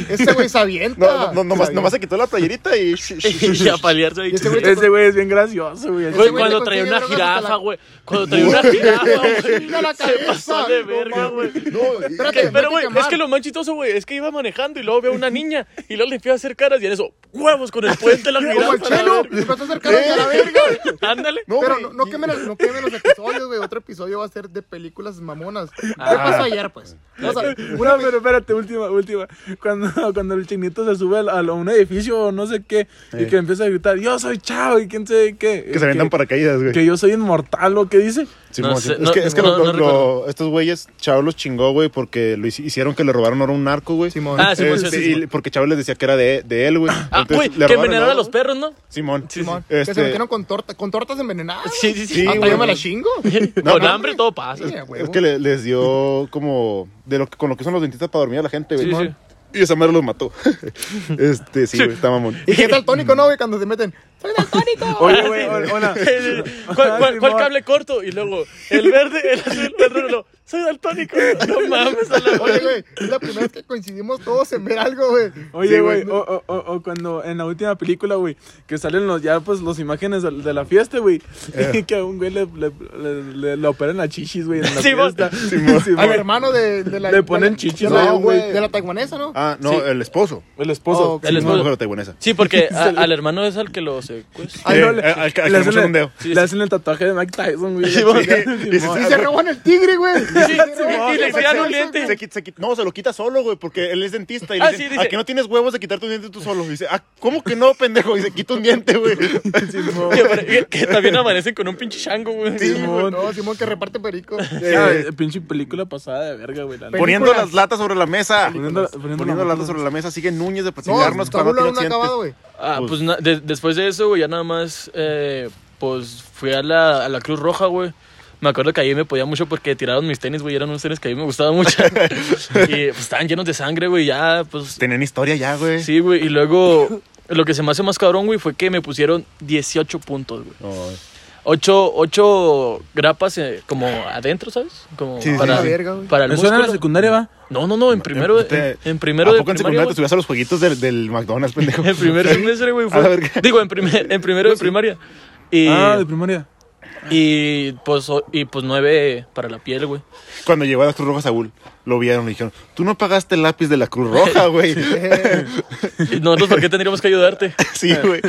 Speaker 4: Ese güey se avienta.
Speaker 2: No, no, no, nomás,
Speaker 4: Se
Speaker 2: nomás se quitó la playerita y...
Speaker 1: <laughs>
Speaker 3: <laughs> Y a paliarse ahí.
Speaker 4: Y ese güey-
Speaker 1: Ese güey es bien gracioso, güey.
Speaker 3: Güey,
Speaker 4: ese güey
Speaker 3: cuando
Speaker 4: le
Speaker 3: traía
Speaker 4: consigue
Speaker 3: una
Speaker 4: drogas hasta
Speaker 3: jirafa,
Speaker 4: la-
Speaker 3: güey. <laughs> Cuando traía una jirafa, <laughs>
Speaker 4: avienta la
Speaker 3: güey. Se
Speaker 4: cabeza,
Speaker 3: pasó de
Speaker 4: no
Speaker 3: verga,
Speaker 4: mames.
Speaker 3: güey.
Speaker 2: No, y-
Speaker 4: Espérate,
Speaker 3: Pero, güey,
Speaker 4: quemar.
Speaker 3: es que lo más chistoso, güey, es que iba manejando y luego veo a una niña y luego le empiezo a hacer caras y en eso, huevos con el puente <laughs> la
Speaker 4: Como
Speaker 3: jirafa.
Speaker 4: el
Speaker 3: la
Speaker 4: chelo.
Speaker 3: verga. <laughs>
Speaker 4: Se pasó a acercar a la verga.
Speaker 3: Ándale.
Speaker 2: Eh, no,
Speaker 4: Pero
Speaker 2: güey,
Speaker 4: no, no
Speaker 2: y-
Speaker 4: quemen los, no quemen los episodios, güey. Otro episodio va a ser de películas mamonas. ¿Qué
Speaker 2: Ah.
Speaker 4: pasó ayer, pues? O sea,
Speaker 1: No, pero espérate, última, última. Cuando, <laughs> cuando el chinito se sube al- a, lo- un edificio o no sé qué, y que empieza a gritar, yo soy chao, y quién sé qué. eh,
Speaker 2: Que se avientan paracaídas, güey.
Speaker 1: Que yo soy inmortal, ¿o qué dice?
Speaker 2: Simón, Simón.
Speaker 3: No sé,
Speaker 2: es
Speaker 3: no-
Speaker 2: que, es que
Speaker 3: no-
Speaker 2: lo-
Speaker 3: no
Speaker 2: lo-
Speaker 3: recuerdo.
Speaker 2: lo- estos güeyes, Chavo los chingó, güey, porque lo hici- hicieron que le robaron oro a un narco, güey.
Speaker 4: Simón.
Speaker 3: Ah, Simón, sí,
Speaker 2: Este,
Speaker 3: sí,
Speaker 2: y
Speaker 3: Simón.
Speaker 2: le- porque Chavo les decía que era de, de él, güey.
Speaker 3: Ah,
Speaker 2: Entonces,
Speaker 3: güey,
Speaker 2: le
Speaker 3: que
Speaker 2: robaron el
Speaker 3: envenenaron a
Speaker 2: oro,
Speaker 3: los perros, ¿no?
Speaker 2: Simón.
Speaker 4: Simón, Que se
Speaker 2: Este,
Speaker 4: metieron con torta, con tortas envenenadas.
Speaker 3: Sí, sí, sí.
Speaker 2: Sí,
Speaker 4: Hasta
Speaker 2: güey.
Speaker 4: yo me la chingo.
Speaker 3: Con hambre todo pasa. <laughs>
Speaker 4: Sí, a huevo.
Speaker 2: es que le- les dio como de lo que, con lo que son los dentistas para dormir a la gente, güey.
Speaker 3: Sí,
Speaker 2: Simón. Y esa madre los mató. <laughs> este, sí, güey, está mamón.
Speaker 4: ¿Y qué tal tónico, no, güey? Cuando se meten. ¡Soy del tónico!
Speaker 1: Oye, güey, o- hola.
Speaker 3: El- ¿Cuál, cuál- cuál cable corto? Y luego, el verde, el azul, el rojo. Soy daltónico. No mames, a la
Speaker 4: Oye, güey, es la primera vez que coincidimos todos en ver algo, güey.
Speaker 1: Oye,
Speaker 2: Sí,
Speaker 1: güey, oh,
Speaker 2: güey.
Speaker 1: o, o- o- o cuando en la última película, güey, que salen los, ya pues las imágenes del- de, la fiesta, güey, y <laughs> que a un güey le, le, le, le- le operan las chichis, güey, en la
Speaker 3: Sí, vos.
Speaker 1: fiesta. <laughs>
Speaker 4: Al hermano de, de la.
Speaker 1: Le ponen
Speaker 4: chichis
Speaker 1: chichis,
Speaker 4: No,
Speaker 2: ¿no, güey?
Speaker 4: güey. De la taiwanesa, ¿no?
Speaker 2: Ah, no,
Speaker 3: Sí.
Speaker 2: el esposo.
Speaker 1: El esposo.
Speaker 4: Oh, ok.
Speaker 3: El
Speaker 2: El
Speaker 3: esposo.
Speaker 2: esposo. mujer taiwanesa.
Speaker 3: <laughs> Sí, porque a- al hermano es al que lo secuestra.
Speaker 4: Ay,
Speaker 2: Eh,
Speaker 4: Ah, no,
Speaker 2: eh,
Speaker 4: le-
Speaker 2: al- al que
Speaker 1: Ah, le
Speaker 2: le
Speaker 1: hacen,
Speaker 2: mucho
Speaker 1: el,
Speaker 2: rondeo.
Speaker 1: le hacen el tatuaje de Mike Tyson, güey.
Speaker 3: Sí, vos.
Speaker 2: <laughs> sí,
Speaker 4: Y se roban el tigre, güey.
Speaker 3: Sí, y le tiran un diente.
Speaker 2: Se quit- se quit- no, se lo quita solo, güey, porque él es dentista. Y
Speaker 3: Ah,
Speaker 2: le dice,
Speaker 3: sí, dice-
Speaker 2: "¿A que no tienes huevos de quitarte un diente tú solo? Y dice, ah, ¿cómo que no, pendejo? Y se quita un diente, güey.
Speaker 3: Que, pare- que también amanecen con un pinche chango, güey.
Speaker 4: Sí, güey, no, Simón que reparte perico.
Speaker 1: <laughs> Eh, pinche película pasada de verga, güey. la neta.
Speaker 2: Poniendo las latas sobre la mesa.
Speaker 1: Poniendo- poniendo
Speaker 2: Poniendo
Speaker 1: la
Speaker 2: las
Speaker 1: mano
Speaker 2: latas sobre la mesa. Sigue Núñez de
Speaker 4: No,
Speaker 2: platicarnos cuando
Speaker 4: Tabulo aún
Speaker 2: tiene
Speaker 4: no ha acabado,
Speaker 2: dientes.
Speaker 4: güey.
Speaker 3: Ah, pues na- de- después de eso, güey, ya nada más, eh, pues fui a la, a la Cruz Roja, güey. Me acuerdo que ahí me podía mucho porque tiraron mis tenis, güey. Eran unos tenis que a mí me gustaban mucho. y pues, estaban llenos de sangre, güey. Ya, pues.
Speaker 2: Tenían historia ya, güey.
Speaker 3: Sí, güey. Y luego, lo que se me hace más cabrón, güey, fue que me pusieron 18 puntos, güey.
Speaker 2: Ay.
Speaker 3: Ocho, ocho grapas eh, como adentro, ¿sabes? Como
Speaker 2: Sí, sí,
Speaker 3: para,
Speaker 4: sí. Verga, güey.
Speaker 3: para el
Speaker 1: Eso era en la
Speaker 3: músculo.
Speaker 1: secundaria, va.
Speaker 3: No, no, no, en primero, en,
Speaker 2: Te-
Speaker 3: en primero
Speaker 2: ¿A
Speaker 3: de
Speaker 2: poco en secundaria
Speaker 3: primaria.
Speaker 2: te
Speaker 3: güey.
Speaker 2: subías a los jueguitos del, del McDonald's, <laughs> pendejo?
Speaker 3: En primer semestre, güey,
Speaker 2: A la
Speaker 3: fue.
Speaker 2: verga.
Speaker 3: <laughs> Digo, en, primer, en primero de primaria. Y,
Speaker 1: Ah, de primaria.
Speaker 3: y, pues, o- y pues nueve para la piel, güey.
Speaker 2: Cuando llegó a la Cruz Roja, Saúl, lo vieron y dijeron, tú no pagaste el lápiz de la Cruz Roja,
Speaker 3: <laughs>
Speaker 2: güey.
Speaker 3: Y Nosotros, ¿por qué tendríamos que ayudarte?
Speaker 2: <laughs> sí, güey.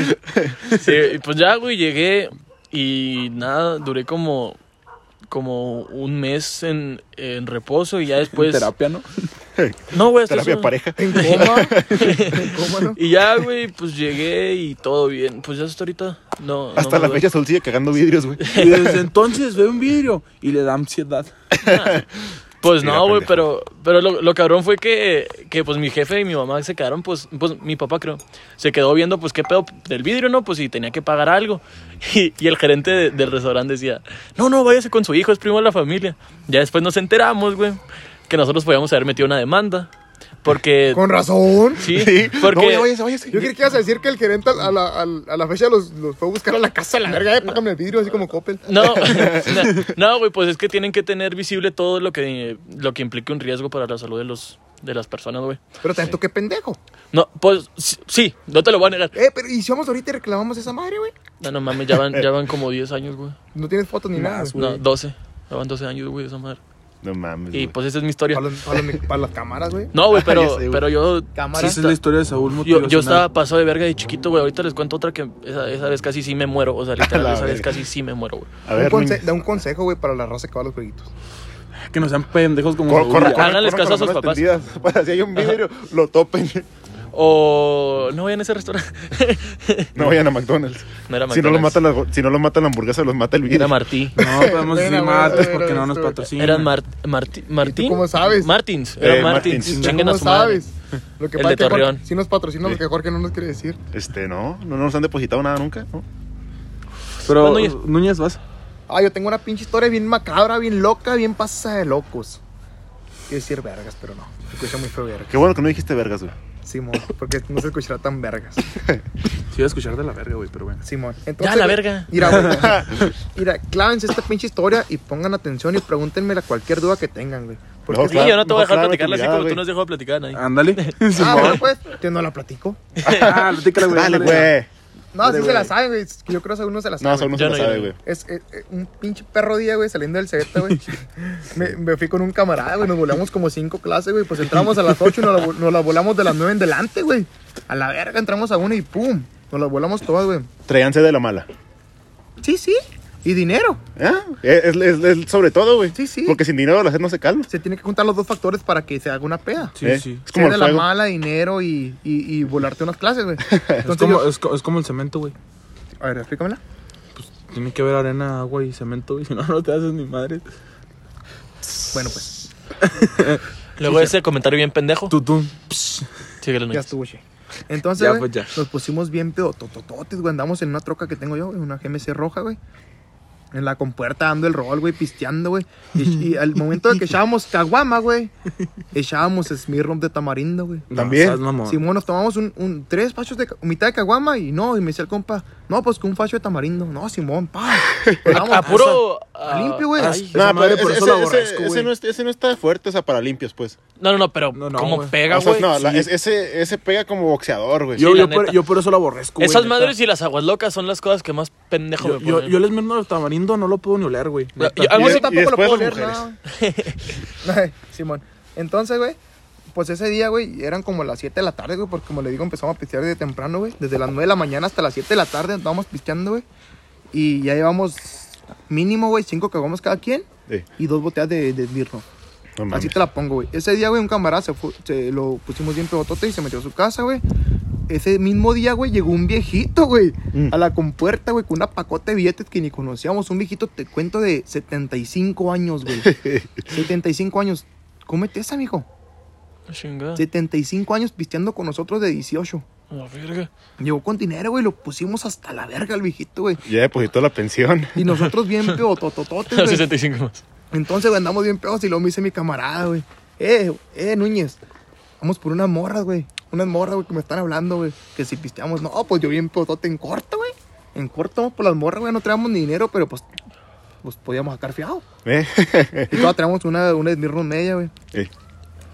Speaker 3: Sí, y pues ya, güey, llegué y nada, duré como, como un mes en, en reposo y ya después.
Speaker 1: En pues, terapia, <laughs> ¿no?
Speaker 3: No, güey, hasta
Speaker 2: Terapia
Speaker 3: eso-
Speaker 2: pareja.
Speaker 4: En coma.
Speaker 2: <laughs>
Speaker 3: <laughs>
Speaker 4: En coma, ¿no?
Speaker 3: Y ya, güey, pues llegué y todo bien. Pues ya hasta ahorita no. no
Speaker 2: Hasta
Speaker 3: me
Speaker 2: la
Speaker 3: duele.
Speaker 2: fecha Saúl sigue cagando vidrios, güey.
Speaker 1: Y desde entonces ve un vidrio y le da ansiedad.
Speaker 3: Pues
Speaker 2: Mira,
Speaker 3: no, güey,
Speaker 2: pendejo.
Speaker 3: pero, pero lo, lo cabrón fue que, que pues mi jefe y mi mamá se quedaron, pues, pues mi papá creo, se quedó viendo pues qué pedo del vidrio, ¿no? Pues si tenía que pagar algo. <laughs> Y, y el gerente de- del restaurante decía, no, no, váyase con su hijo, es primo de la familia. Ya después nos enteramos, güey, que nosotros podíamos haber metido una demanda.
Speaker 2: <laughs>
Speaker 3: Porque...
Speaker 4: Con razón.
Speaker 3: Sí,
Speaker 2: Sí. No,
Speaker 3: porque...
Speaker 2: ya váyase, váyase.
Speaker 4: Yo creí que ibas a decir que el gerente a la, a la, a la fecha los, los fue a buscar a la casa a la verga, eh, págame el vidrio, así como Coppel.
Speaker 3: <laughs>
Speaker 2: <laughs>
Speaker 3: No, no, no, güey, pues es que tienen que tener visible todo lo que, lo que implique un riesgo para la salud de, los, de las personas, güey.
Speaker 4: Pero tanto que pendejo.
Speaker 3: No, pues sí- sí, no te lo voy a negar.
Speaker 4: Eh, pero ¿y si vamos ahorita y reclamamos esa madre, güey?
Speaker 3: Ah, No, no mames, ya van, ya van como 10 años, güey.
Speaker 4: No tienes fotos ni nada. güey.
Speaker 3: No, 12. Ya van 12 años, güey, esa madre.
Speaker 2: No mames,
Speaker 3: Y
Speaker 2: güey.
Speaker 3: pues esa es mi historia.
Speaker 4: Para, los- para los- para las cámaras, güey.
Speaker 3: No, güey,
Speaker 2: Ya
Speaker 3: pero,
Speaker 2: sé, güey.
Speaker 3: pero yo...
Speaker 1: Esa
Speaker 4: Cámaras.
Speaker 1: es la historia de Saúl
Speaker 3: Yo,
Speaker 1: motivacional.
Speaker 3: yo estaba pasado de verga de chiquito, güey. Ahorita les cuento otra que esa, esa vez casi sí me muero. O sea, literal,
Speaker 2: La
Speaker 3: esa vez
Speaker 2: verga.
Speaker 3: casi sí me muero, güey.
Speaker 2: A ver,
Speaker 4: Un conse-
Speaker 2: niño.
Speaker 4: da un consejo, güey, para la raza que va a los jueguitos.
Speaker 1: Que no sean pendejos como
Speaker 2: Cor-
Speaker 1: Saúl,
Speaker 2: corre,
Speaker 1: ya.
Speaker 2: corre,
Speaker 3: Háganles
Speaker 2: corre
Speaker 3: caso a
Speaker 2: con
Speaker 3: sus
Speaker 2: las
Speaker 3: papás.
Speaker 2: manos tendidas. <laughs> Para si hay un vidrio, lo topen.
Speaker 3: O... No vayan a ese restaurante.
Speaker 2: No vayan a McDonald's.
Speaker 3: No era
Speaker 2: Si no, lo
Speaker 3: McDonald's.
Speaker 2: mata la, si no lo mata la hamburguesa, los mata el vidrio.
Speaker 3: Era Martí.
Speaker 1: No podemos decir
Speaker 4: Espera,
Speaker 1: mates
Speaker 4: espera,
Speaker 1: porque no nos
Speaker 4: espera.
Speaker 1: patrocinan.
Speaker 3: Eran Mar- Marti- Martín.
Speaker 4: cómo sabes?
Speaker 3: Martins. Era
Speaker 2: Eh,
Speaker 3: Martins.
Speaker 2: Martins.
Speaker 3: Chinguen a
Speaker 4: ¿Cómo
Speaker 3: su madre.
Speaker 4: sabes? Lo que
Speaker 3: El
Speaker 4: pasa
Speaker 3: de
Speaker 4: es que Jorge-
Speaker 3: Torreón.
Speaker 4: sí nos patrocina lo que Jorge no nos quiere decir.
Speaker 2: Este, no, no nos han depositado nada nunca, ¿no?
Speaker 1: Pero,
Speaker 3: Bueno, Núñez.
Speaker 1: Núñez, vas.
Speaker 4: Ah, yo tengo una pinche historia bien macabra, bien loca, bien pasada de locos. quiero decir vergas, pero no. Se escucha muy feo vergas.
Speaker 2: Qué bueno que no dijiste vergas, güey.
Speaker 4: Simón, porque no se escuchará tan vergas.
Speaker 1: Sí, iba a escuchar de la verga, güey, pero bueno.
Speaker 4: Simón.
Speaker 3: Ya,
Speaker 4: Entonces,
Speaker 3: la
Speaker 4: güey,
Speaker 3: verga.
Speaker 4: Mira, güey.
Speaker 3: <laughs>
Speaker 4: Mira, clávense esta pinche historia y pongan atención y pregúntenme cualquier duda que tengan, güey. Porque
Speaker 2: No,
Speaker 4: si-
Speaker 3: Sí, yo no te voy a dejar
Speaker 2: claro,
Speaker 3: platicarla así
Speaker 2: ya,
Speaker 3: como
Speaker 2: güey.
Speaker 3: tú no has dejado platicar a nadie.
Speaker 1: <laughs> Ándale.
Speaker 4: <laughs> Ah,
Speaker 1: Simón.
Speaker 4: bueno, pues, yo no la platico.
Speaker 1: Ah, platícala, güey.
Speaker 2: Dale,
Speaker 1: ándale.
Speaker 2: güey.
Speaker 4: No, sí se la saben, güey. Yo creo que algunos se la saben.
Speaker 2: No, solo no se
Speaker 3: Yo
Speaker 2: la
Speaker 3: no, yo
Speaker 2: sabe,
Speaker 3: no.
Speaker 2: güey.
Speaker 4: Es, es- eh, un pinche perro día, güey, saliendo del
Speaker 1: <laughs>
Speaker 4: Cebeta, güey. Me, me fui con un camarada, güey. Nos volamos como cinco clases, güey. Pues entramos a las ocho y nos la, vo- nos la volamos de las nueve en delante, güey. A la verga, entramos a una y pum. Nos la volamos todas, güey.
Speaker 2: Traíanse de la mala.
Speaker 4: Sí, sí. Y dinero.
Speaker 2: ¿Ah? Es, es- es- es sobre todo, güey.
Speaker 4: Sí, sí.
Speaker 2: Porque sin dinero la sed no se calma.
Speaker 4: Se tienen que juntar los dos factores para que se haga una peda.
Speaker 1: Sí,
Speaker 2: ¿eh?
Speaker 1: sí.
Speaker 2: Es como
Speaker 4: Ser
Speaker 2: el
Speaker 4: de la
Speaker 2: fuego.
Speaker 4: mala, dinero y, y, y volarte unas clases, güey.
Speaker 1: <laughs> Es
Speaker 4: Entonces,
Speaker 1: como,
Speaker 4: yo-
Speaker 1: es, co- es como el cemento, güey.
Speaker 4: A ver, explícamela.
Speaker 1: Tiene que haber arena, agua y cemento, güey. Si no, <laughs> no te haces ni madre.
Speaker 4: Bueno, pues,
Speaker 3: Luego ese comentario bien pendejo.
Speaker 1: Tutum.
Speaker 3: Síguelo,
Speaker 4: ya
Speaker 3: Luis.
Speaker 4: estuvo, che. Entonces,
Speaker 1: Ya, pues,
Speaker 4: güey,
Speaker 1: ya.
Speaker 4: nos pusimos bien pedototototes, güey. Andamos en una troca que tengo yo, güey, una GMC roja, güey. En la compuerta dando el rol, güey, pisteando, güey. Y, y al momento de que echábamos caguama, güey, echábamos Smirnoff de tamarindo, güey.
Speaker 2: También.
Speaker 1: No, seas mamón.
Speaker 4: Simón, nos tomamos un, un- tres fachos de ca- mitad de caguama y no, y me decía el compa, no, pues que un facho de tamarindo. No, Simón, pa. Pues, vamos,
Speaker 3: A Ah, puro.
Speaker 4: a limpio, güey.
Speaker 3: ay.
Speaker 1: Esa madre, por eso la aborrezco,
Speaker 2: ese
Speaker 1: güey.
Speaker 2: no es- ese no está fuerte, o sea, para limpios, pues.
Speaker 3: No, no, no, pero
Speaker 1: No, no,
Speaker 3: como
Speaker 1: güey.
Speaker 3: pega,
Speaker 2: O sea,
Speaker 3: güey.
Speaker 2: no, la-
Speaker 1: sí.
Speaker 2: es- ese, ese pega como boxeador, güey.
Speaker 1: Yo,
Speaker 3: Sí, la
Speaker 1: yo, por,
Speaker 3: neta.
Speaker 1: yo por eso lo aborrezco, güey,
Speaker 3: Esas
Speaker 1: neta.
Speaker 3: madres y las aguas locas son las cosas que más pendejo
Speaker 1: Yo,
Speaker 3: me
Speaker 1: yo,
Speaker 3: ponen.
Speaker 1: yo les mando el tamarindo, no lo puedo ni oler, güey.
Speaker 3: Yo-
Speaker 1: neta.
Speaker 3: yo-
Speaker 4: Algo
Speaker 2: Y
Speaker 4: así
Speaker 2: de- y
Speaker 4: tampoco lo
Speaker 2: después
Speaker 4: puedo
Speaker 2: las
Speaker 4: leer, <laughs> nada. Simón. Entonces, güey, pues ese día, güey, eran como las 7 de la tarde, güey, porque como le digo, empezamos a pistear desde temprano, güey. Desde las 9 de la mañana hasta las 7 de la tarde andábamos pisteando, güey. Y ya llevamos mínimo, güey, 5 cagamos cada quien
Speaker 2: Sí,
Speaker 4: y dos botellas de, de birro.
Speaker 2: no mames.
Speaker 4: Así te la pongo, güey. Ese día, güey, un camarada se, fue- se lo pusimos bien pegotote y se metió a su casa, güey. Ese mismo día, güey, llegó un viejito, güey,
Speaker 2: Mm.
Speaker 4: a la compuerta, güey, con una pacota de billetes que ni conocíamos. Un viejito, te cuento, de 75
Speaker 2: <laughs>
Speaker 4: años, güey. 75 años. Cómete esa, mijo.
Speaker 3: Chingada.
Speaker 4: 75 años pisteando con nosotros de 18.
Speaker 3: La verga.
Speaker 4: Llegó con dinero, güey, lo pusimos hasta la verga al viejito, güey.
Speaker 2: Ya depositó la pensión. <laughs>
Speaker 4: Y nosotros bien
Speaker 3: <laughs>
Speaker 4: pegototototes, güey.
Speaker 3: 65 más.
Speaker 4: Entonces, güey, andamos bien pedos y luego me dice mi camarada, güey. Eh, eh, Núñez, vamos por unas morras, güey. Unas morras, güey, que me están hablando, güey. Que si pisteamos, no, pues yo bien pedotote en corto, güey. En corto vamos por las morras, güey, no traíamos ni dinero, pero pues, pues podíamos sacar fiado.
Speaker 2: ¿eh? <laughs>
Speaker 4: Y todas traíamos una, una Smirnoff media, güey.
Speaker 2: Ey,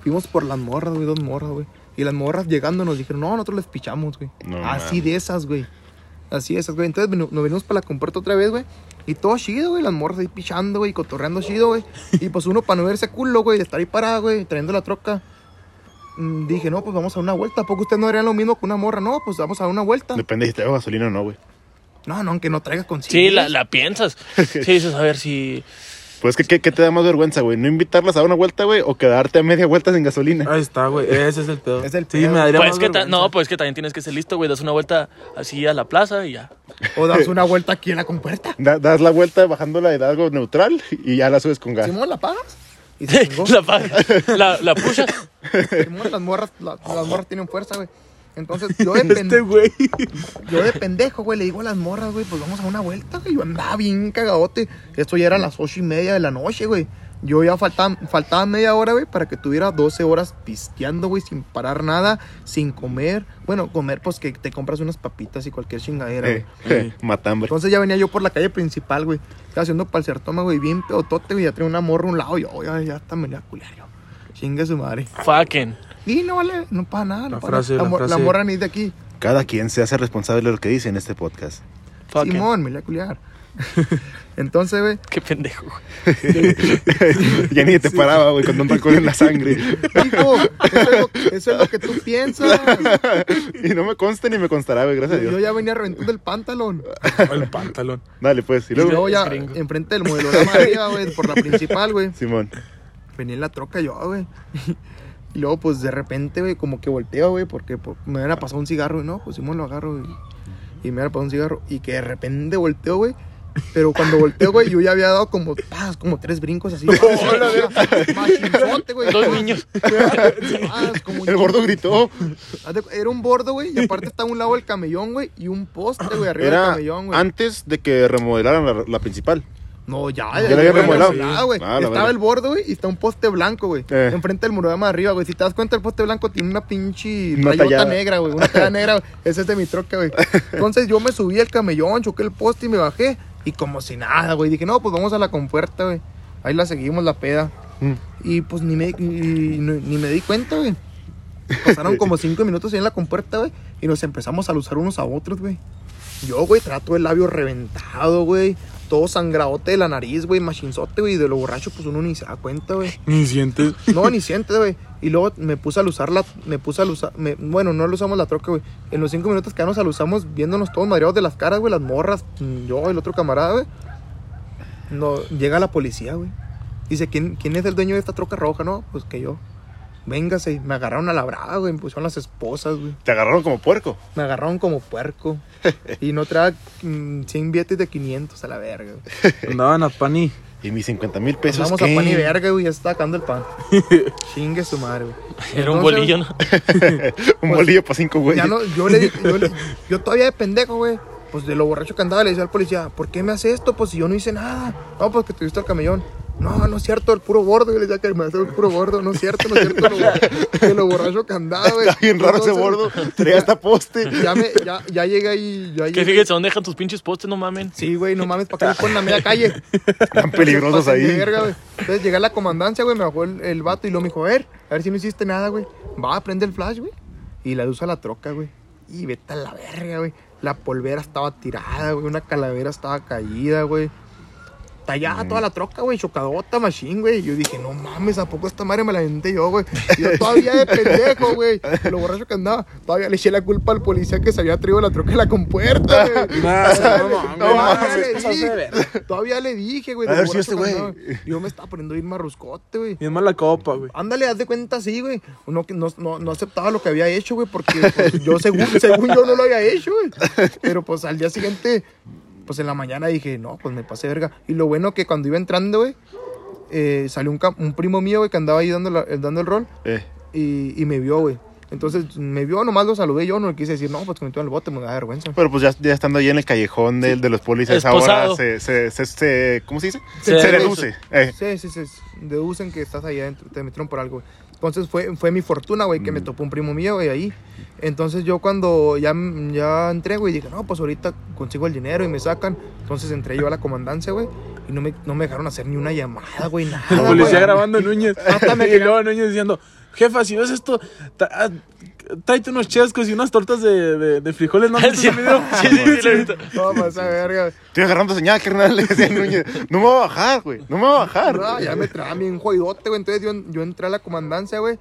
Speaker 4: Fuimos por las morras, güey, dos morras, güey. Y las morras llegando nos dijeron, no, nosotros les pichamos, güey.
Speaker 2: No
Speaker 4: Así
Speaker 2: mames.
Speaker 4: de esas, güey. Así de esas, güey. Entonces venu- nos venimos para la compuerta otra vez, güey. Y todo chido, güey. Las morras ahí pichando, güey, cotorreando chido, güey. Y pues uno para no verse culo, güey, de estar ahí parado, güey, trayendo la troca. Mm, Dije, no, pues vamos a una vuelta. ¿A poco ustedes no harían lo mismo que una morra? No, pues vamos a una vuelta.
Speaker 2: Depende si traigo gasolina o no, güey.
Speaker 4: No, no, aunque no traigas consigo.
Speaker 3: Sí, la, la piensas. Sí, dices, a ver si.
Speaker 2: Pues que, ¿qué, qué te da más vergüenza, güey? ¿No invitarlas a una vuelta, güey? ¿O quedarte a media vuelta sin gasolina?
Speaker 1: Ahí está, güey. Ese es el pedo.
Speaker 4: Es el
Speaker 1: Sí,
Speaker 4: pedo.
Speaker 1: me daría
Speaker 3: Pues
Speaker 1: más
Speaker 3: que ta- no,
Speaker 4: <laughs>
Speaker 1: vergüenza.
Speaker 3: pues que también tienes que ser listo, güey. Das una vuelta así a la plaza y ya.
Speaker 4: O das una vuelta aquí en la compuerta.
Speaker 2: Da- das la vuelta bajando la de algo neutral y ya la subes con gas. <laughs>
Speaker 4: Simón, ¿la pagas? Y se
Speaker 3: <laughs>
Speaker 4: chingó.
Speaker 3: la, pa- la, la pushas.
Speaker 4: Simón, las morras, la- las morras tienen fuerza, güey. Entonces, yo de, pen-
Speaker 1: Este, güey. <laughs>
Speaker 4: yo de pendejo, güey, le digo a las morras, güey, pues vamos a una vuelta, güey. Yo andaba bien cagadote. Esto ya eran las ocho y media de la noche, güey. Yo ya faltaba, faltaba media hora, güey, para que tuviera 12 horas pisteando, güey, sin parar nada, sin comer. Bueno, comer, pues que te compras unas papitas y cualquier chingadera, güey.
Speaker 2: Eh, eh, matambre.
Speaker 4: Entonces ya venía yo por la calle principal, güey. Estaba haciendo palcertoma, güey, bien pedotote, güey. Ya tenía una morra a un lado, yo, ya, ya hasta me la culiar yo. Chingue su madre.
Speaker 3: Fucking.
Speaker 4: Y no vale, no pasa nada.
Speaker 1: La
Speaker 4: no pasa
Speaker 1: frase,
Speaker 4: nada.
Speaker 1: la
Speaker 4: mo-
Speaker 1: frase.
Speaker 4: morra ni es de aquí.
Speaker 2: Cada quien se hace responsable de lo que dice en este
Speaker 4: <laughs>
Speaker 2: podcast.
Speaker 3: Fucking.
Speaker 4: Simón, me la voy a culiar. <laughs> Entonces, güey,
Speaker 3: Qué pendejo, güey.
Speaker 2: <laughs> ya ni te paraba, güey, con tanto alcohol
Speaker 4: <laughs>
Speaker 2: en la sangre. <laughs>
Speaker 4: hijo, eso es, lo, eso es lo que tú piensas.
Speaker 2: y no me consta ni me constará, güey, gracias a
Speaker 4: Yo
Speaker 2: Dios.
Speaker 4: ya venía reventando el pantalón.
Speaker 1: El pantalón.
Speaker 2: Dale, pues. Y
Speaker 4: Y
Speaker 2: luego,
Speaker 4: luego ya,
Speaker 3: gringo.
Speaker 4: enfrente del modelo de arriba, güey, por la principal, güey.
Speaker 2: Simón.
Speaker 4: Venía en la troca yo, güey. <laughs> Y luego, pues, de repente, güey, como que volteo, güey, porque pues, me habían pasado un cigarro, y no, pues, Simón lo agarro, güey. Y me habían pasado un cigarro, y que de repente volteo, güey. Pero cuando volteo, güey, yo ya había dado como, pas, como tres
Speaker 3: <laughs>
Speaker 4: brincos así. Machinzote, güey.
Speaker 3: Dos niños. <laughs>
Speaker 4: <laughs> Pas, Ah, como un
Speaker 2: El gordo gritó.
Speaker 4: Haz de cu- Era un bordo, güey, y aparte está a un lado el camellón, güey, y un poste, güey, arriba del
Speaker 2: Era
Speaker 4: camellón, güey.
Speaker 2: antes de que remodelaran la, la principal.
Speaker 4: No, ya,
Speaker 2: Ya le había
Speaker 4: güey,
Speaker 2: remodelado.
Speaker 4: ya, güey.
Speaker 2: Ah, la
Speaker 4: Estaba
Speaker 2: verga.
Speaker 4: el borde, güey, y está un poste blanco, güey.
Speaker 2: Eh.
Speaker 4: Enfrente del muro de más arriba, güey. Si te das cuenta, el poste blanco tiene una pinche
Speaker 2: Una
Speaker 4: rayota
Speaker 2: tallada.
Speaker 4: negra, güey. Una talla negra, güey. Ese es de mi troca, güey. Entonces yo me subí al camellón, choqué el poste y me bajé. Y como si nada, güey. Dije, no, pues vamos a la compuerta, güey. Ahí la seguimos la peda.
Speaker 2: Mm.
Speaker 4: Y pues ni me, y- ni- ni me di cuenta, güey. Pasaron como cinco minutos ahí en la compuerta, güey. Y nos empezamos a luzar unos a otros, güey. Yo, güey, trato el labio reventado, güey. Todo sangradote de la nariz, güey, machinzote, güey. De lo borracho, pues uno ni se da cuenta, güey.
Speaker 1: Ni sientes.
Speaker 4: No, ni siente, güey. Y luego me puse a usar la. Me puse a usar. bueno, no lo usamos la troca, güey. En los cinco minutos que ya nos alusamos viéndonos todos madreados de las caras, güey, las morras. mm, Yo, el otro camarada, güey. No, llega la policía, güey. Dice, ¿quién, ¿quién es el dueño de esta troca roja, no? Pues que yo. Véngase. Me agarraron a la brava, güey. Me pusieron las esposas, güey.
Speaker 2: Te agarraron como puerco.
Speaker 4: Me agarraron
Speaker 2: <laughs>
Speaker 4: como puerco. Y no traía mm, 100 billetes de 500 a la verga. güey.
Speaker 1: Andaban a Pani.
Speaker 2: Y mis 50 mil pesos.
Speaker 4: Vamos
Speaker 2: ¿qué?
Speaker 4: a pan y verga, güey. Ya está sacando
Speaker 2: <laughs>
Speaker 4: el pan. Chingue su madre, güey.
Speaker 3: Era un
Speaker 4: Entonces,
Speaker 3: bolillo, ¿no?
Speaker 2: Un bolillo para cinco, güey.
Speaker 4: pues, Ya no, yo le dije, yo, le- yo todavía de pendejo, güey. Pues de lo borracho que andaba, le decía al policía, ¿por qué me hace esto? Pues si yo no hice nada. No, pues que te viste al camellón. No, no es cierto, el puro gordo. Yo le decía que me hace el puro gordo. No es cierto, no es cierto. Lo,
Speaker 2: <laughs>
Speaker 4: bor- de lo borracho que andaba,
Speaker 2: <laughs>
Speaker 4: güey.
Speaker 2: Está bien raro ese
Speaker 4: Entonces,
Speaker 2: bordo. Traía hasta poste.
Speaker 4: <laughs> Ya, me, ya, ya llegué ahí.
Speaker 3: <laughs>
Speaker 4: Ya
Speaker 3: Que
Speaker 4: llegué.
Speaker 3: fíjense dónde dejan tus pinches postes, no mamen.
Speaker 4: Sí, güey, no mames, ¿para qué me ponen a media calle?
Speaker 2: Tan peligrosos
Speaker 4: Pasen de
Speaker 2: ahí.
Speaker 4: verga, güey. Entonces llegué a la comandancia, güey, me bajó el, el vato y luego me dijo, a ver, a ver si no hiciste nada, güey. Va, prende el flash, güey. Y la luz a la troca, güey. Y vete a la verga, güey. La polvera estaba tirada, güey. Una calavera estaba caída, güey. Tallada toda la troca, güey. Chocadota, machín, güey. Y Yo dije, no mames, ¿a poco esta madre me la inventé yo, güey? Y Yo todavía de pendejo, güey. Lo borracho que andaba. Todavía le eché la culpa al policía que se había traído la troca en la compuerta, güey.
Speaker 1: <laughs> Nah, no,
Speaker 4: No,
Speaker 1: mames,
Speaker 4: no,
Speaker 1: mames,
Speaker 4: le
Speaker 1: estás de
Speaker 4: dije.
Speaker 1: verga.
Speaker 4: Todavía le dije, güey.
Speaker 2: A
Speaker 4: de
Speaker 2: ver si este
Speaker 4: borracho
Speaker 2: güey.
Speaker 4: que andaba. Yo me estaba poniendo bien marruscote, güey.
Speaker 1: Bien mala copa, güey.
Speaker 4: Ándale, haz de cuenta así, güey. Uno que no, no, no aceptaba lo que había hecho, güey, porque pues,
Speaker 2: <laughs>
Speaker 4: yo, según, según yo, no lo había hecho, güey. Pero pues al día siguiente, pues en la mañana dije, no, pues me pasé verga. Y lo bueno que cuando iba entrando, güey, eh, salió un, cam- un primo mío, güey, que andaba ahí dando, la- eh, dando el rol
Speaker 2: Eh,
Speaker 4: y, y me vio, güey. Entonces me vio, nomás lo saludé yo, no le quise decir, no, pues que me tuve en el bote, me da vergüenza.
Speaker 2: pero pues ya, ya estando ahí en el callejón del, de los policías, ahora
Speaker 3: Esposado.
Speaker 2: se, se, se, se- ¿Cómo se dice?
Speaker 3: Se
Speaker 2: deduce. Eh,
Speaker 4: Sí, sí, sí. Deducen que estás ahí adentro, te metieron por algo. güey. Entonces fue, fue mi fortuna, güey, que me topó un primo mío, güey, ahí. Entonces yo cuando ya, ya entré, güey, dije, no, pues ahorita consigo el dinero y me sacan. Entonces entré yo a la comandancia, güey, y no me, no me dejaron hacer ni una llamada, güey, nada.
Speaker 1: El
Speaker 4: Ah, güey. Ah,
Speaker 1: policía grabando a Núñez.
Speaker 4: Hasta
Speaker 1: <laughs>
Speaker 4: me
Speaker 1: y
Speaker 4: quería-
Speaker 1: luego Núñez diciendo, jefa, si ves esto, ta- ah, tráete unos chescos y unas tortas de, de, de frijoles. ¿No
Speaker 3: <laughs> Sí,
Speaker 1: viste
Speaker 3: sí,
Speaker 1: ese video?
Speaker 3: sí, sí, lo he visto.
Speaker 4: No, pues esa verga, güey.
Speaker 2: Estoy agarrando señal, carnal. <laughs> Le decía Núñez. No me voy a bajar, güey. No me voy a bajar.
Speaker 4: No, ya me traía bien jodidote, güey. Entonces yo, yo entré a la comandancia, güey.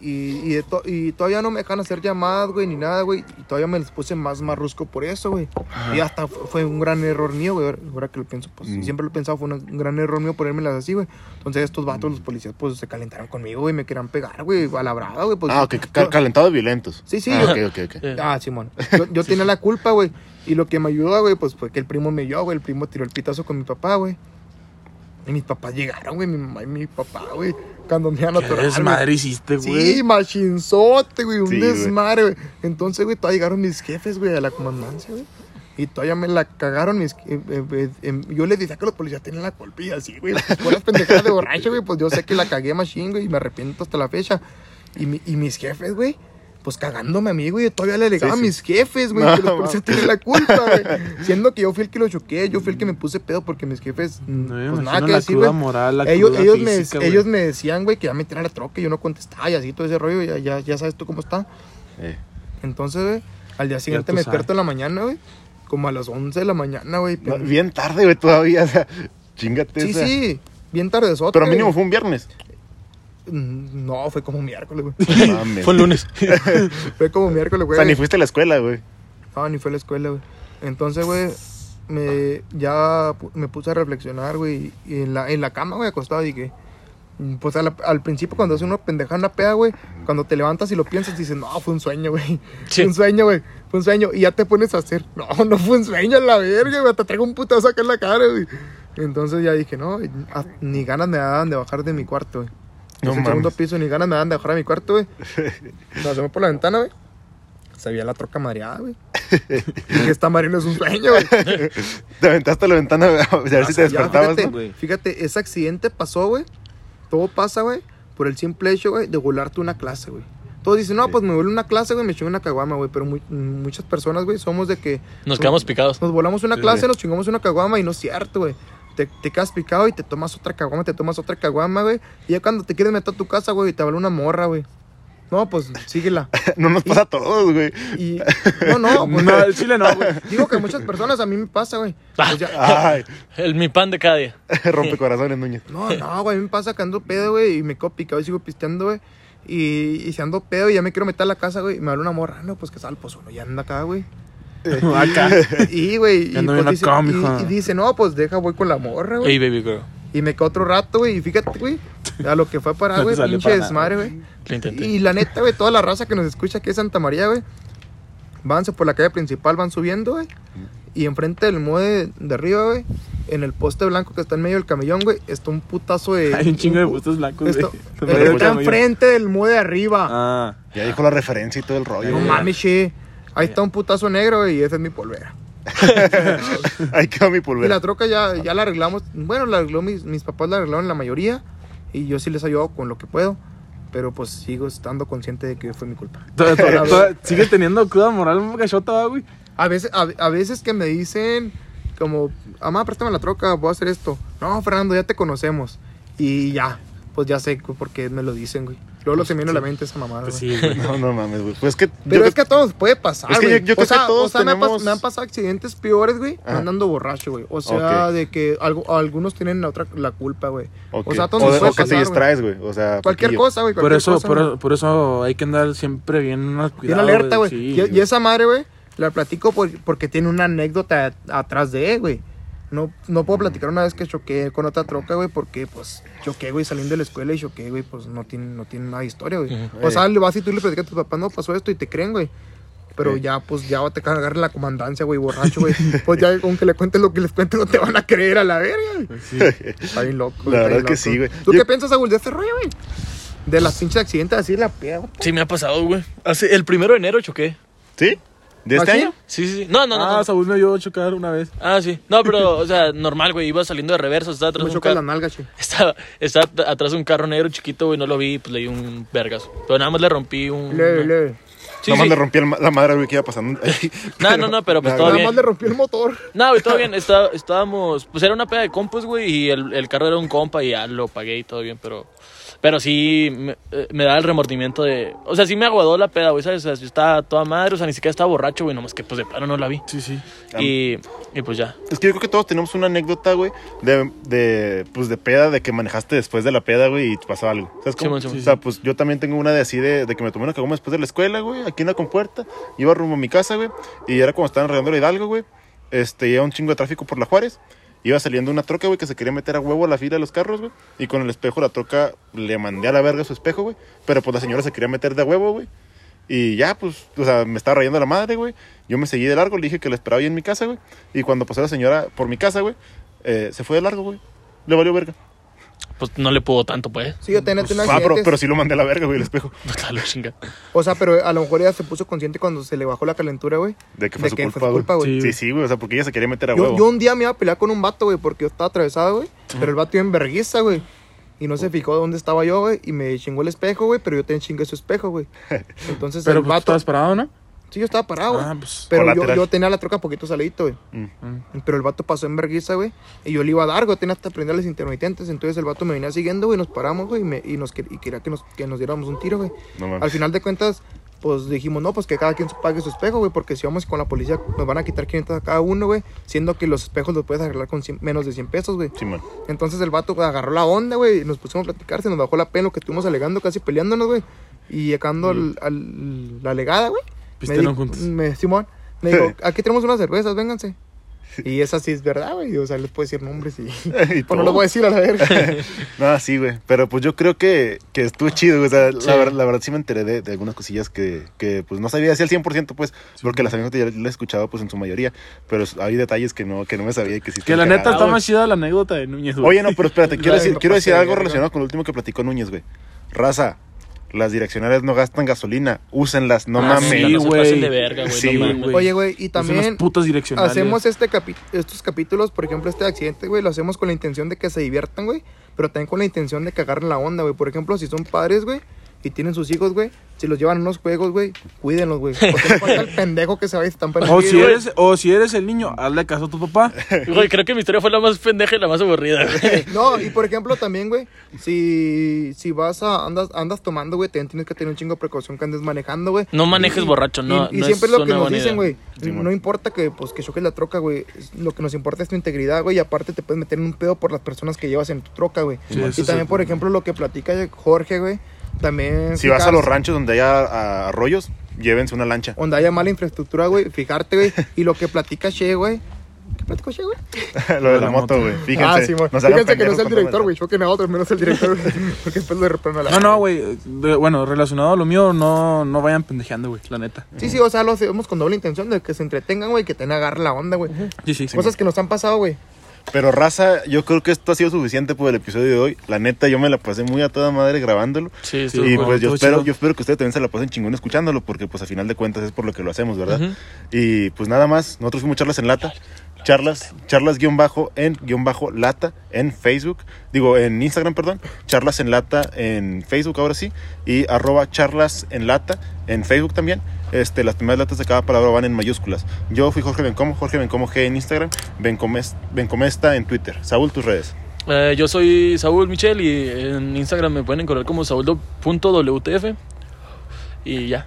Speaker 4: Y, y, de to- y todavía no me dejan hacer llamadas, güey, ni nada, güey. Y todavía me les puse más marrusco por eso, güey. Y hasta fu- fue un gran error mío, güey. Ahora- Ahora que lo pienso, pues
Speaker 2: Mm.
Speaker 4: siempre lo he pensado, fue una- un gran error mío ponérmelas así, güey. Entonces estos vatos, los policías, pues se calentaron conmigo, güey. Me querían pegar, güey, a la brava, güey. Pues,
Speaker 2: Ah, ok, ca-
Speaker 4: yo-
Speaker 2: calentados violentos.
Speaker 4: Sí, sí,
Speaker 2: Ah,
Speaker 4: yo-
Speaker 2: ok, ok, ok.
Speaker 3: Eh,
Speaker 4: Ah,
Speaker 1: <laughs>
Speaker 4: Simón. Yo, yo tenía la culpa, güey. Y lo que me ayudó, güey, pues fue que el primo me vio, güey. El primo tiró el pitazo con mi papá, güey. Y mis papás llegaron, güey. Mi mamá y mi papá, güey. Cuando me iban a
Speaker 1: ¿Qué
Speaker 4: atorar,
Speaker 1: desmadre
Speaker 4: güey.
Speaker 1: hiciste, güey?
Speaker 4: Sí, machinzote, güey. Un
Speaker 2: Sí, güey.
Speaker 4: desmadre, güey. Entonces, güey, todavía llegaron mis jefes, güey, a la comandancia, güey. Y todavía me la cagaron mis... eh, eh, eh, eh, yo les decía que los policías tenían la culpa y así, güey. Pues, por las pendejadas de borracho, güey. Pues yo sé que la cagué machín, güey. Y me arrepiento hasta la fecha. Y, mi- y mis jefes, güey. Pues cagándome a mí, güey. Todavía le alegaba
Speaker 2: Sí,
Speaker 4: a
Speaker 2: sí.
Speaker 4: mis jefes, güey.
Speaker 2: No,
Speaker 4: que los policías
Speaker 2: mames.
Speaker 4: tenían la culpa, güey. Siendo que yo fui el que lo choqué. Yo fui el que me puse pedo porque mis jefes... mm,
Speaker 1: No, yo
Speaker 4: pues
Speaker 1: imagino
Speaker 4: nada que
Speaker 1: la
Speaker 4: decir,
Speaker 1: cruda
Speaker 4: güey.
Speaker 1: moral, la
Speaker 4: ellos,
Speaker 1: cruda
Speaker 4: ellos, me,
Speaker 1: física, güey.
Speaker 4: ellos me decían, güey, que ya me tirara la troca y yo no contestaba y así todo ese rollo, ya, ya, ya sabes tú cómo está.
Speaker 2: Eh.
Speaker 4: Entonces, güey, al día siguiente
Speaker 1: tú
Speaker 4: me
Speaker 1: sabes.
Speaker 4: despierto en la mañana, güey, como a las 11 de la mañana, güey.
Speaker 2: No,
Speaker 4: pero-
Speaker 2: bien tarde, güey, todavía. O sea, chingate.
Speaker 4: sí, sí, bien tardezote.
Speaker 2: Pero mínimo fue un viernes.
Speaker 4: Mm, No, fue como miércoles, güey. <laughs>
Speaker 2: Mames.
Speaker 3: <laughs> Fue el lunes.
Speaker 4: Fue como miércoles,
Speaker 2: O
Speaker 4: güey.
Speaker 2: sea, ni fuiste a la escuela, güey.
Speaker 4: No, Ah, ni fue a la escuela, güey. Entonces, güey, me, ya pu- me puse a reflexionar, güey. Y en la, en la cama, güey, acostado, dije. mm, Pues a la- al principio, cuando hace una pendeja, una peda, güey, cuando te levantas y lo piensas, dices, no, fue un sueño, güey.
Speaker 3: Sí.
Speaker 4: Fue un sueño, güey. Fue un sueño. Y ya te pones a hacer, no, no fue un sueño, a la verga, güey. Te traigo un putazo acá en la cara, güey. Entonces ya dije, no, y- a- ni ganas me daban de bajar de mi cuarto, güey.
Speaker 2: No
Speaker 4: No el segundo
Speaker 2: mames.
Speaker 4: piso, ni
Speaker 2: <laughs>
Speaker 4: ganas me daban de bajar a mi cuarto, güey. Nos asomé por la ventana, güey. Se veía la troca madreada, güey. que esta marina es un
Speaker 2: <laughs>
Speaker 4: sueño, güey.
Speaker 2: Te aventaste a la ventana a ver- a ver si te
Speaker 4: Ah, Ya,
Speaker 2: despertabas.
Speaker 4: fíjate,
Speaker 2: ¿no?
Speaker 1: güey?
Speaker 4: fíjate, ese accidente pasó, güey. Todo pasa, güey, por el simple hecho, güey, de volarte una clase, güey. Todos dicen, no, pues me vuelvo una clase, güey, me chingo una caguama, güey. Pero muy- muchas personas, güey, somos de que
Speaker 3: Nos quedamos picados.
Speaker 4: nos volamos una
Speaker 2: Sí,
Speaker 4: clase,
Speaker 2: güey.
Speaker 4: nos chingamos una caguama y no es cierto, güey. Te, te quedas picado y te tomas otra caguama, te tomas otra caguama, güey. Y ya cuando te quieres meter a tu casa, güey, te habla una morra, güey. No, pues síguela.
Speaker 2: No nos pasa a todos, güey.
Speaker 4: Y. No, no, pues,
Speaker 1: <laughs> No, el chile no,
Speaker 4: <laughs>
Speaker 1: güey.
Speaker 4: Digo que a muchas personas a mí me pasa, güey.
Speaker 1: Ah.
Speaker 4: Pues ya- <laughs>
Speaker 2: Ay,
Speaker 3: El mi pan de cada día.
Speaker 2: rompe corazones, Núñez.
Speaker 4: No, no, güey, a mí me pasa que ando pedo, güey, y me quedo picado y sigo pisteando, güey. Y, y si ando pedo y ya me quiero meter a la casa, güey, y me habla una morra, no, pues que sal, pues uno ya anda
Speaker 1: <laughs>
Speaker 4: acá, güey.
Speaker 1: Acá.
Speaker 4: Y, güey, y,
Speaker 1: Ya ando
Speaker 4: pues,
Speaker 1: bien
Speaker 4: dice,
Speaker 1: acá,
Speaker 4: y-
Speaker 1: mija.
Speaker 4: y dice, no, pues deja, voy con la morra, güey.
Speaker 3: Ey, baby girl.
Speaker 4: Y me quedo otro rato, güey, y fíjate, güey, a lo que
Speaker 1: <laughs>
Speaker 4: fue
Speaker 1: No
Speaker 4: para,
Speaker 1: te
Speaker 4: güey,
Speaker 1: salió
Speaker 4: pinche
Speaker 1: para nada.
Speaker 4: desmadre, güey.
Speaker 3: Lo intenté.
Speaker 4: Y la neta, güey, toda la raza que nos escucha aquí de Santa María, güey, vanse por la calle principal, van subiendo, güey. Y enfrente del muelle de, de arriba, güey, en el poste blanco que está en medio del camellón, güey, está un putazo
Speaker 1: <laughs>
Speaker 4: de.
Speaker 1: Hay un chingo de
Speaker 4: pu-
Speaker 1: bustos blancos, <laughs>
Speaker 4: Esto,
Speaker 1: güey.
Speaker 4: pero
Speaker 1: Pero
Speaker 4: <laughs> está
Speaker 1: mucho-
Speaker 4: enfrente del mue de arriba.
Speaker 1: Ah.
Speaker 2: <laughs> Ya dijo la referencia y todo el rollo.
Speaker 4: no
Speaker 2: güey.
Speaker 4: mames, che. Ahí está un putazo negro güey, y esa es mi polvera.
Speaker 2: Ahí quedó mi
Speaker 4: Y la
Speaker 2: pulvera.
Speaker 4: troca ya, ya la arreglamos. Bueno, la arregló mis, mis papás, la arreglaron la mayoría. Y yo sí les ayudo con lo que puedo. Pero pues sigo estando consciente de que fue mi culpa.
Speaker 1: Toda-
Speaker 4: <laughs>
Speaker 1: toda- toda- sigue teniendo cruda moral gachota, va, güey.
Speaker 4: A veces, a, a veces que me dicen, como, mamá, préstame la troca, voy a hacer esto. No, Fernando, ya te conocemos. Y ya, pues ya sé güey, por qué me lo dicen, güey. Luego lo se me viene a la mente esa mamada.
Speaker 1: Pues
Speaker 4: güey.
Speaker 1: sí, güey.
Speaker 2: No, no mames, güey. Pues es que. yo
Speaker 4: Pero
Speaker 2: creo-
Speaker 4: es que a todos puede pasar,
Speaker 2: Es que
Speaker 4: güey.
Speaker 2: yo- yo creo
Speaker 4: o sea,
Speaker 2: que todos
Speaker 4: o sea, me han pas-
Speaker 2: tenemos-
Speaker 4: me, han pasado accidentes peores, güey,
Speaker 2: Ajá.
Speaker 4: andando borracho, güey. O sea,
Speaker 2: Ok.
Speaker 4: de que algo, algunos tienen la otra la culpa, güey.
Speaker 2: Ok.
Speaker 4: O sea, a todos
Speaker 2: O
Speaker 4: nos
Speaker 2: de-
Speaker 4: puede
Speaker 2: o que te
Speaker 4: pasar, güey.
Speaker 2: distraes, güey. O sea,
Speaker 4: Cualquier
Speaker 2: poquillo.
Speaker 4: cosa, güey.
Speaker 1: Por
Speaker 4: cualquier
Speaker 1: eso,
Speaker 4: cosa, güey.
Speaker 1: por, por eso hay que andar siempre bien cuidado.
Speaker 4: Bien alerta, güey.
Speaker 1: sí.
Speaker 4: y, y esa madre, güey, la platico por- porque tiene una anécdota atrás de, güey. No, no puedo platicar una vez que choqué con otra troca, güey, porque pues choqué, güey, saliendo de la escuela y choqué, güey, pues no tiene, no tiene nada de historia, güey.
Speaker 3: Ujú.
Speaker 4: O sea, le vas y tú le platicas a tus papás, no pasó esto y te creen, güey. Pero
Speaker 2: Ey.
Speaker 4: ya, pues ya te cargar la comandancia, güey, borracho, güey. Pues ya, aunque le cuentes lo que les cuentes, no te van a creer a la verga, güey.
Speaker 2: Pues
Speaker 4: Está bien loco, güey,
Speaker 2: La
Speaker 4: está
Speaker 2: verdad
Speaker 4: bien
Speaker 2: que
Speaker 4: loco.
Speaker 2: sí, güey.
Speaker 4: ¿Tú
Speaker 2: Yo-
Speaker 4: qué piensas, Saúl, de este rollo, güey? De las pinches accidentes así, la peda, güey.
Speaker 3: Sí, me ha pasado, güey. Hace el primero de enero choqué.
Speaker 2: <laughs> ¿Sí? ¿De este
Speaker 4: ¿Así?
Speaker 2: año?
Speaker 3: Sí, sí, sí. No, no, no. no,
Speaker 1: Ah,
Speaker 3: no.
Speaker 1: Saúl me vio chocar una vez.
Speaker 3: Ah, sí. No, pero, o sea, normal, güey. Iba saliendo de reversa, estaba atrás
Speaker 4: Me
Speaker 3: de un
Speaker 4: choca la
Speaker 3: carro.
Speaker 4: nalga, che.
Speaker 3: Estaba, estaba at- atrás de un carro negro chiquito, güey. No lo vi, pues le di un vergas. Pero nada más le rompí un.
Speaker 4: Leve, leve.
Speaker 3: Sí,
Speaker 2: Nomás
Speaker 3: sí.
Speaker 2: le rompí el ma- la madre, güey, que iba pasando.
Speaker 3: No, no, no, pero pues
Speaker 2: Nada,
Speaker 3: todo
Speaker 4: Nada
Speaker 3: bien.
Speaker 4: más le rompió el motor.
Speaker 3: No, güey, todo bien. Está- estábamos. Pues era una peda de compas, güey. Y el, el carro era un compa y ya lo pagué y todo bien, pero. Pero sí me, eh, me da el remordimiento de. O sea, sí me aguadó la peda, güey, ¿sabes? O sea, yo estaba toda madre, o sea, ni siquiera estaba borracho, güey, nomás que pues de plano no la vi.
Speaker 1: Sí, sí.
Speaker 2: Ah.
Speaker 3: Y, y pues ya.
Speaker 2: Es que yo creo que todos tenemos una anécdota, güey, de, de, pues, de peda, de que manejaste después de la peda, güey, y te pasó algo. ¿Sabes cómo?
Speaker 3: Simón, Simón.
Speaker 2: O sea, pues yo también tengo una de así, de, de que me tomé una cagoma después de la escuela, güey, aquí en la compuerta. Iba rumbo a mi casa, güey, y era cuando estaban arreglando la Hidalgo, güey. Este, iba un chingo de tráfico por la Juárez. Iba saliendo una troca, güey, que se quería meter a huevo a la fila de los carros, güey. Y con el espejo, la troca le mandé a la verga su espejo, güey. Pero pues la señora se quería meter de a huevo, güey. Y ya, pues, o sea, me estaba rayando la madre, güey. Yo me seguí de largo, le dije que la esperaba ahí en mi casa, güey. Y cuando pasó la señora por mi casa, güey, eh, se fue de largo, güey. Le valió verga.
Speaker 3: Pues no le pudo tanto, pues. <laughs>
Speaker 4: Sí, yo tenía tenía
Speaker 2: Ah, pero,
Speaker 4: accidentes.
Speaker 2: pero sí lo mandé a la verga, güey, el espejo.
Speaker 3: Está la chinga.
Speaker 4: O sea, pero a lo mejor ella se puso consciente cuando se le bajó la calentura, güey.
Speaker 2: De que fue
Speaker 4: De
Speaker 2: su
Speaker 4: que
Speaker 2: culpa,
Speaker 4: fue su culpa,
Speaker 2: güey. Sí,
Speaker 4: güey.
Speaker 2: sí, güey, o sea, porque ella se quería meter a
Speaker 4: Yo,
Speaker 2: huevo.
Speaker 4: yo un día me iba a pelear con un vato, güey, porque yo estaba atravesado, güey. Pero el vato iba en verguiza, güey. Y no
Speaker 2: Oh.
Speaker 4: se fijó dónde estaba yo, güey. Y me chingó el espejo, güey. Pero yo te chingué su espejo,
Speaker 2: <laughs>
Speaker 4: güey. Entonces
Speaker 1: Pero
Speaker 4: el
Speaker 1: pues, tú
Speaker 4: vato.
Speaker 1: estabas parado, ¿no?
Speaker 4: Sí, yo estaba parado, güey.
Speaker 1: Ah, pues.
Speaker 4: Pero yo,
Speaker 2: Colateral.
Speaker 4: yo tenía la troca poquito salidito, güey.
Speaker 1: Mm.
Speaker 4: Pero el vato pasó en verguiza, güey. Y yo le iba a dar, güey. Tenía hasta prenderles intermitentes. Entonces el vato me venía siguiendo, güey. Nos paramos, güey. Y, me- y nos, quer- y quería que nos, que nos diéramos un tiro, güey.
Speaker 2: No
Speaker 4: Al
Speaker 2: mames.
Speaker 4: final de cuentas, pues dijimos, no, pues que cada quien se pague su espejo, güey, porque si vamos con la policía nos van a quitar 500 a cada uno, güey, siendo que los espejos los puedes arreglar con 100 menos de 100 pesos, güey.
Speaker 2: Sí,
Speaker 4: <laughs>
Speaker 2: man. <laughs>
Speaker 4: Entonces el vato güey, agarró la onda, güey, y nos pusimos a platicar, se nos bajó la pena, lo que estuvimos alegando, casi peleándonos, güey, y llegando al, al- la legada, güey. me
Speaker 1: Pistearon
Speaker 4: di-
Speaker 1: juntos.
Speaker 4: Me, Simón, me dijo, aquí tenemos unas cervezas, vénganse. Y esa sí es verdad, güey, o sea, les puedo decir nombres y... <laughs>
Speaker 2: Y
Speaker 4: Pues no
Speaker 2: todo.
Speaker 4: lo voy a decir a la verga.
Speaker 2: No, sí, güey. Pero pues yo creo que, que estuvo chido, güey. O sea,
Speaker 3: Sí.
Speaker 2: la, ver- la verdad sí me enteré de, de algunas cosillas que, que pues no sabía así al 100%, pues, porque las anécdotas ya las he escuchado pues en su mayoría. Pero hay detalles que no, que no me sabía y que sí
Speaker 1: Que
Speaker 2: están
Speaker 1: la neta
Speaker 2: cagadas.
Speaker 1: está
Speaker 3: güey.
Speaker 1: más chida la anécdota de Núñez, güey.
Speaker 4: <laughs>
Speaker 2: Oye, no, pero espérate, quiero
Speaker 4: Ay,
Speaker 2: decir,
Speaker 4: no
Speaker 2: quiero
Speaker 4: pasé
Speaker 2: decir
Speaker 4: de
Speaker 2: algo
Speaker 4: verga.
Speaker 2: relacionado con lo último que platicó Núñez, güey. Raza, Las direccionales no gastan gasolina, úsenlas, no
Speaker 3: Ah,
Speaker 2: mames.
Speaker 3: sí,
Speaker 1: Sí,
Speaker 3: no se
Speaker 1: güey.
Speaker 3: pasen de verga, güey.
Speaker 2: Sí,
Speaker 3: no
Speaker 2: güey.
Speaker 3: mames.
Speaker 4: Oye, güey, y
Speaker 1: Son
Speaker 4: también
Speaker 1: las putas direccionales.
Speaker 4: hacemos este capi- estos capítulos, por ejemplo, este accidente, güey, lo hacemos con la intención de que se diviertan, güey, pero también con la intención de cagar la onda, güey. Por ejemplo, si son padres, güey, y tienen sus hijos, güey, si los llevan a unos juegos, güey, cuídenlos, güey. Porque no falta el <laughs> pendejo que se va y se estampa en
Speaker 1: O
Speaker 4: el
Speaker 1: si,
Speaker 4: vidrio, güey.
Speaker 1: eres, o si eres el niño, hazle caso a tu papá.
Speaker 3: <laughs> Güey, creo que mi historia fue la más pendeja y la más aburrida,
Speaker 4: <laughs>
Speaker 3: güey.
Speaker 4: No, y por ejemplo también, güey, si, si vas a, andas, andas tomando, güey, también tienes que tener un chingo de precaución que andes manejando, güey.
Speaker 3: No manejes
Speaker 4: Y-
Speaker 3: borracho, Mm, no-
Speaker 4: Y, y
Speaker 3: no
Speaker 4: siempre
Speaker 3: es
Speaker 4: lo que
Speaker 3: una
Speaker 4: nos
Speaker 3: buena idea.
Speaker 4: dicen, güey,
Speaker 2: Sí,
Speaker 4: no
Speaker 2: mon.
Speaker 4: importa que, pues, que choques la troca, güey, es- lo que nos importa es tu integridad, güey, y aparte te puedes meter en un pedo por las personas que llevas en tu troca, güey.
Speaker 1: Sí,
Speaker 4: y
Speaker 1: eso
Speaker 4: también,
Speaker 1: sí.
Speaker 4: por ejemplo, lo que platica Jorge, güey, también...
Speaker 2: Si vas a
Speaker 4: fijarse-
Speaker 2: los ranchos donde haya a- arroyos, llévense una
Speaker 4: <laughs>
Speaker 2: lancha.
Speaker 4: Donde haya mala infraestructura, güey, fijarte, güey, y lo que platica Che, güey. ¿Qué platicó Che, güey?
Speaker 2: Lo de la moto, güey. Fíjense.
Speaker 4: Ah, sí, güey.
Speaker 2: no se hagan
Speaker 4: Fíjense que no
Speaker 2: pendejos
Speaker 4: es el
Speaker 2: cuando
Speaker 4: director,
Speaker 2: van-
Speaker 4: güey. Choquen a otros, menos el director, güey. <laughs> Porque después lo reprendo a la
Speaker 1: No, no, güey. de- Bueno, relacionado a lo mío, no, no vayan pendejeando, güey, la neta.
Speaker 4: Sí, sí, o sea, lo hacemos con doble intención de que se entretengan, güey, que te agarre la onda, güey.
Speaker 1: Sí, sí.
Speaker 4: Cosas que nos han pasado, güey.
Speaker 2: Pero raza, yo creo que esto ha sido suficiente por el episodio de hoy. La neta, yo me la pasé muy a toda madre grabándolo.
Speaker 3: Sí, estuvo
Speaker 2: Y
Speaker 3: bueno.
Speaker 2: pues yo
Speaker 1: estuvo
Speaker 2: espero,
Speaker 1: chido.
Speaker 2: yo espero que ustedes también se la pasen chingón escuchándolo, porque pues a final de cuentas es por lo que lo hacemos, ¿verdad?
Speaker 3: Ujú.
Speaker 2: Y pues nada más, nosotros fuimos charlas en lata, charlas, charlas guión bajo en guión bajo lata en Facebook, digo en Instagram, perdón, charlas en lata en Facebook ahora sí, y arroba charlas en lata en Facebook también. Este, las primeras latas de cada palabra van en mayúsculas. Yo fui Jorge Bencomo, Jorge Bencomo G en Instagram, Bencomes- Bencomesta en Twitter. Saúl, tus redes.
Speaker 3: Eh, yo soy Saúl Michel y en Instagram me pueden encontrar como saúl.wtf. Y ya.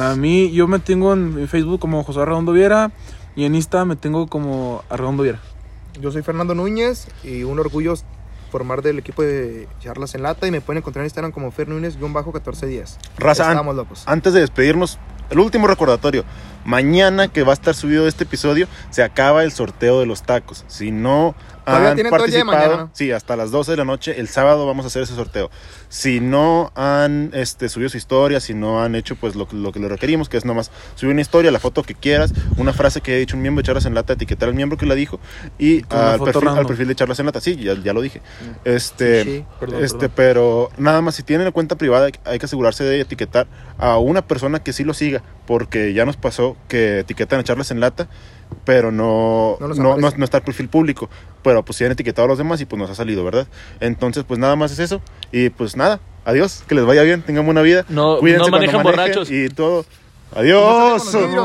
Speaker 1: A mí, yo me tengo en Facebook como José Arredondo Viera y en Insta me tengo como Arredondo Viera.
Speaker 4: Yo soy Fernando Núñez y un orgullo formar del equipo de Charlas en Lata y me pueden encontrar en Instagram como Fer Núñez-14 días.
Speaker 2: Raza, ah, an-
Speaker 4: Estamos locos.
Speaker 2: antes de despedirnos, el último recordatorio. Mañana que va a estar subido este episodio, se acaba el sorteo de los tacos. Si no
Speaker 4: Todavía
Speaker 2: han
Speaker 4: tienen todo el día de
Speaker 2: participado,
Speaker 4: mañana, ¿no?
Speaker 2: sí, hasta las 12 de la noche, el sábado vamos a hacer ese sorteo. Si no han este, subido su historia, si no han hecho pues lo, lo que le requerimos, que es nomás subir una historia, la foto que quieras, una frase que haya dicho un miembro de Charlas en Lata, etiquetar al miembro que la dijo y
Speaker 1: Con una
Speaker 2: al
Speaker 1: foto
Speaker 2: perfil, al
Speaker 1: random.
Speaker 2: perfil de Charlas en Lata. Sí, ya, ya lo dije. Este,
Speaker 4: Sí, sí.
Speaker 1: Perdón,
Speaker 2: este,
Speaker 1: perdón.
Speaker 2: pero nada más si tienen una cuenta privada hay- hay que asegurarse de etiquetar a una persona que sí lo siga, porque ya nos pasó que etiquetan a charlas en lata, pero no
Speaker 4: No
Speaker 2: no,
Speaker 4: los
Speaker 2: no,
Speaker 4: aparece.
Speaker 2: no está el perfil público, pero pues sí han etiquetado a los demás y pues nos ha salido, ¿verdad? Entonces pues nada más es eso y pues nada, adiós, que les vaya bien, tengan buena vida,
Speaker 3: No, no
Speaker 2: cuídense cuando
Speaker 3: manejan
Speaker 2: manejen
Speaker 3: borrachos.
Speaker 2: y todo, adiós.
Speaker 4: No se metan con los vidrios.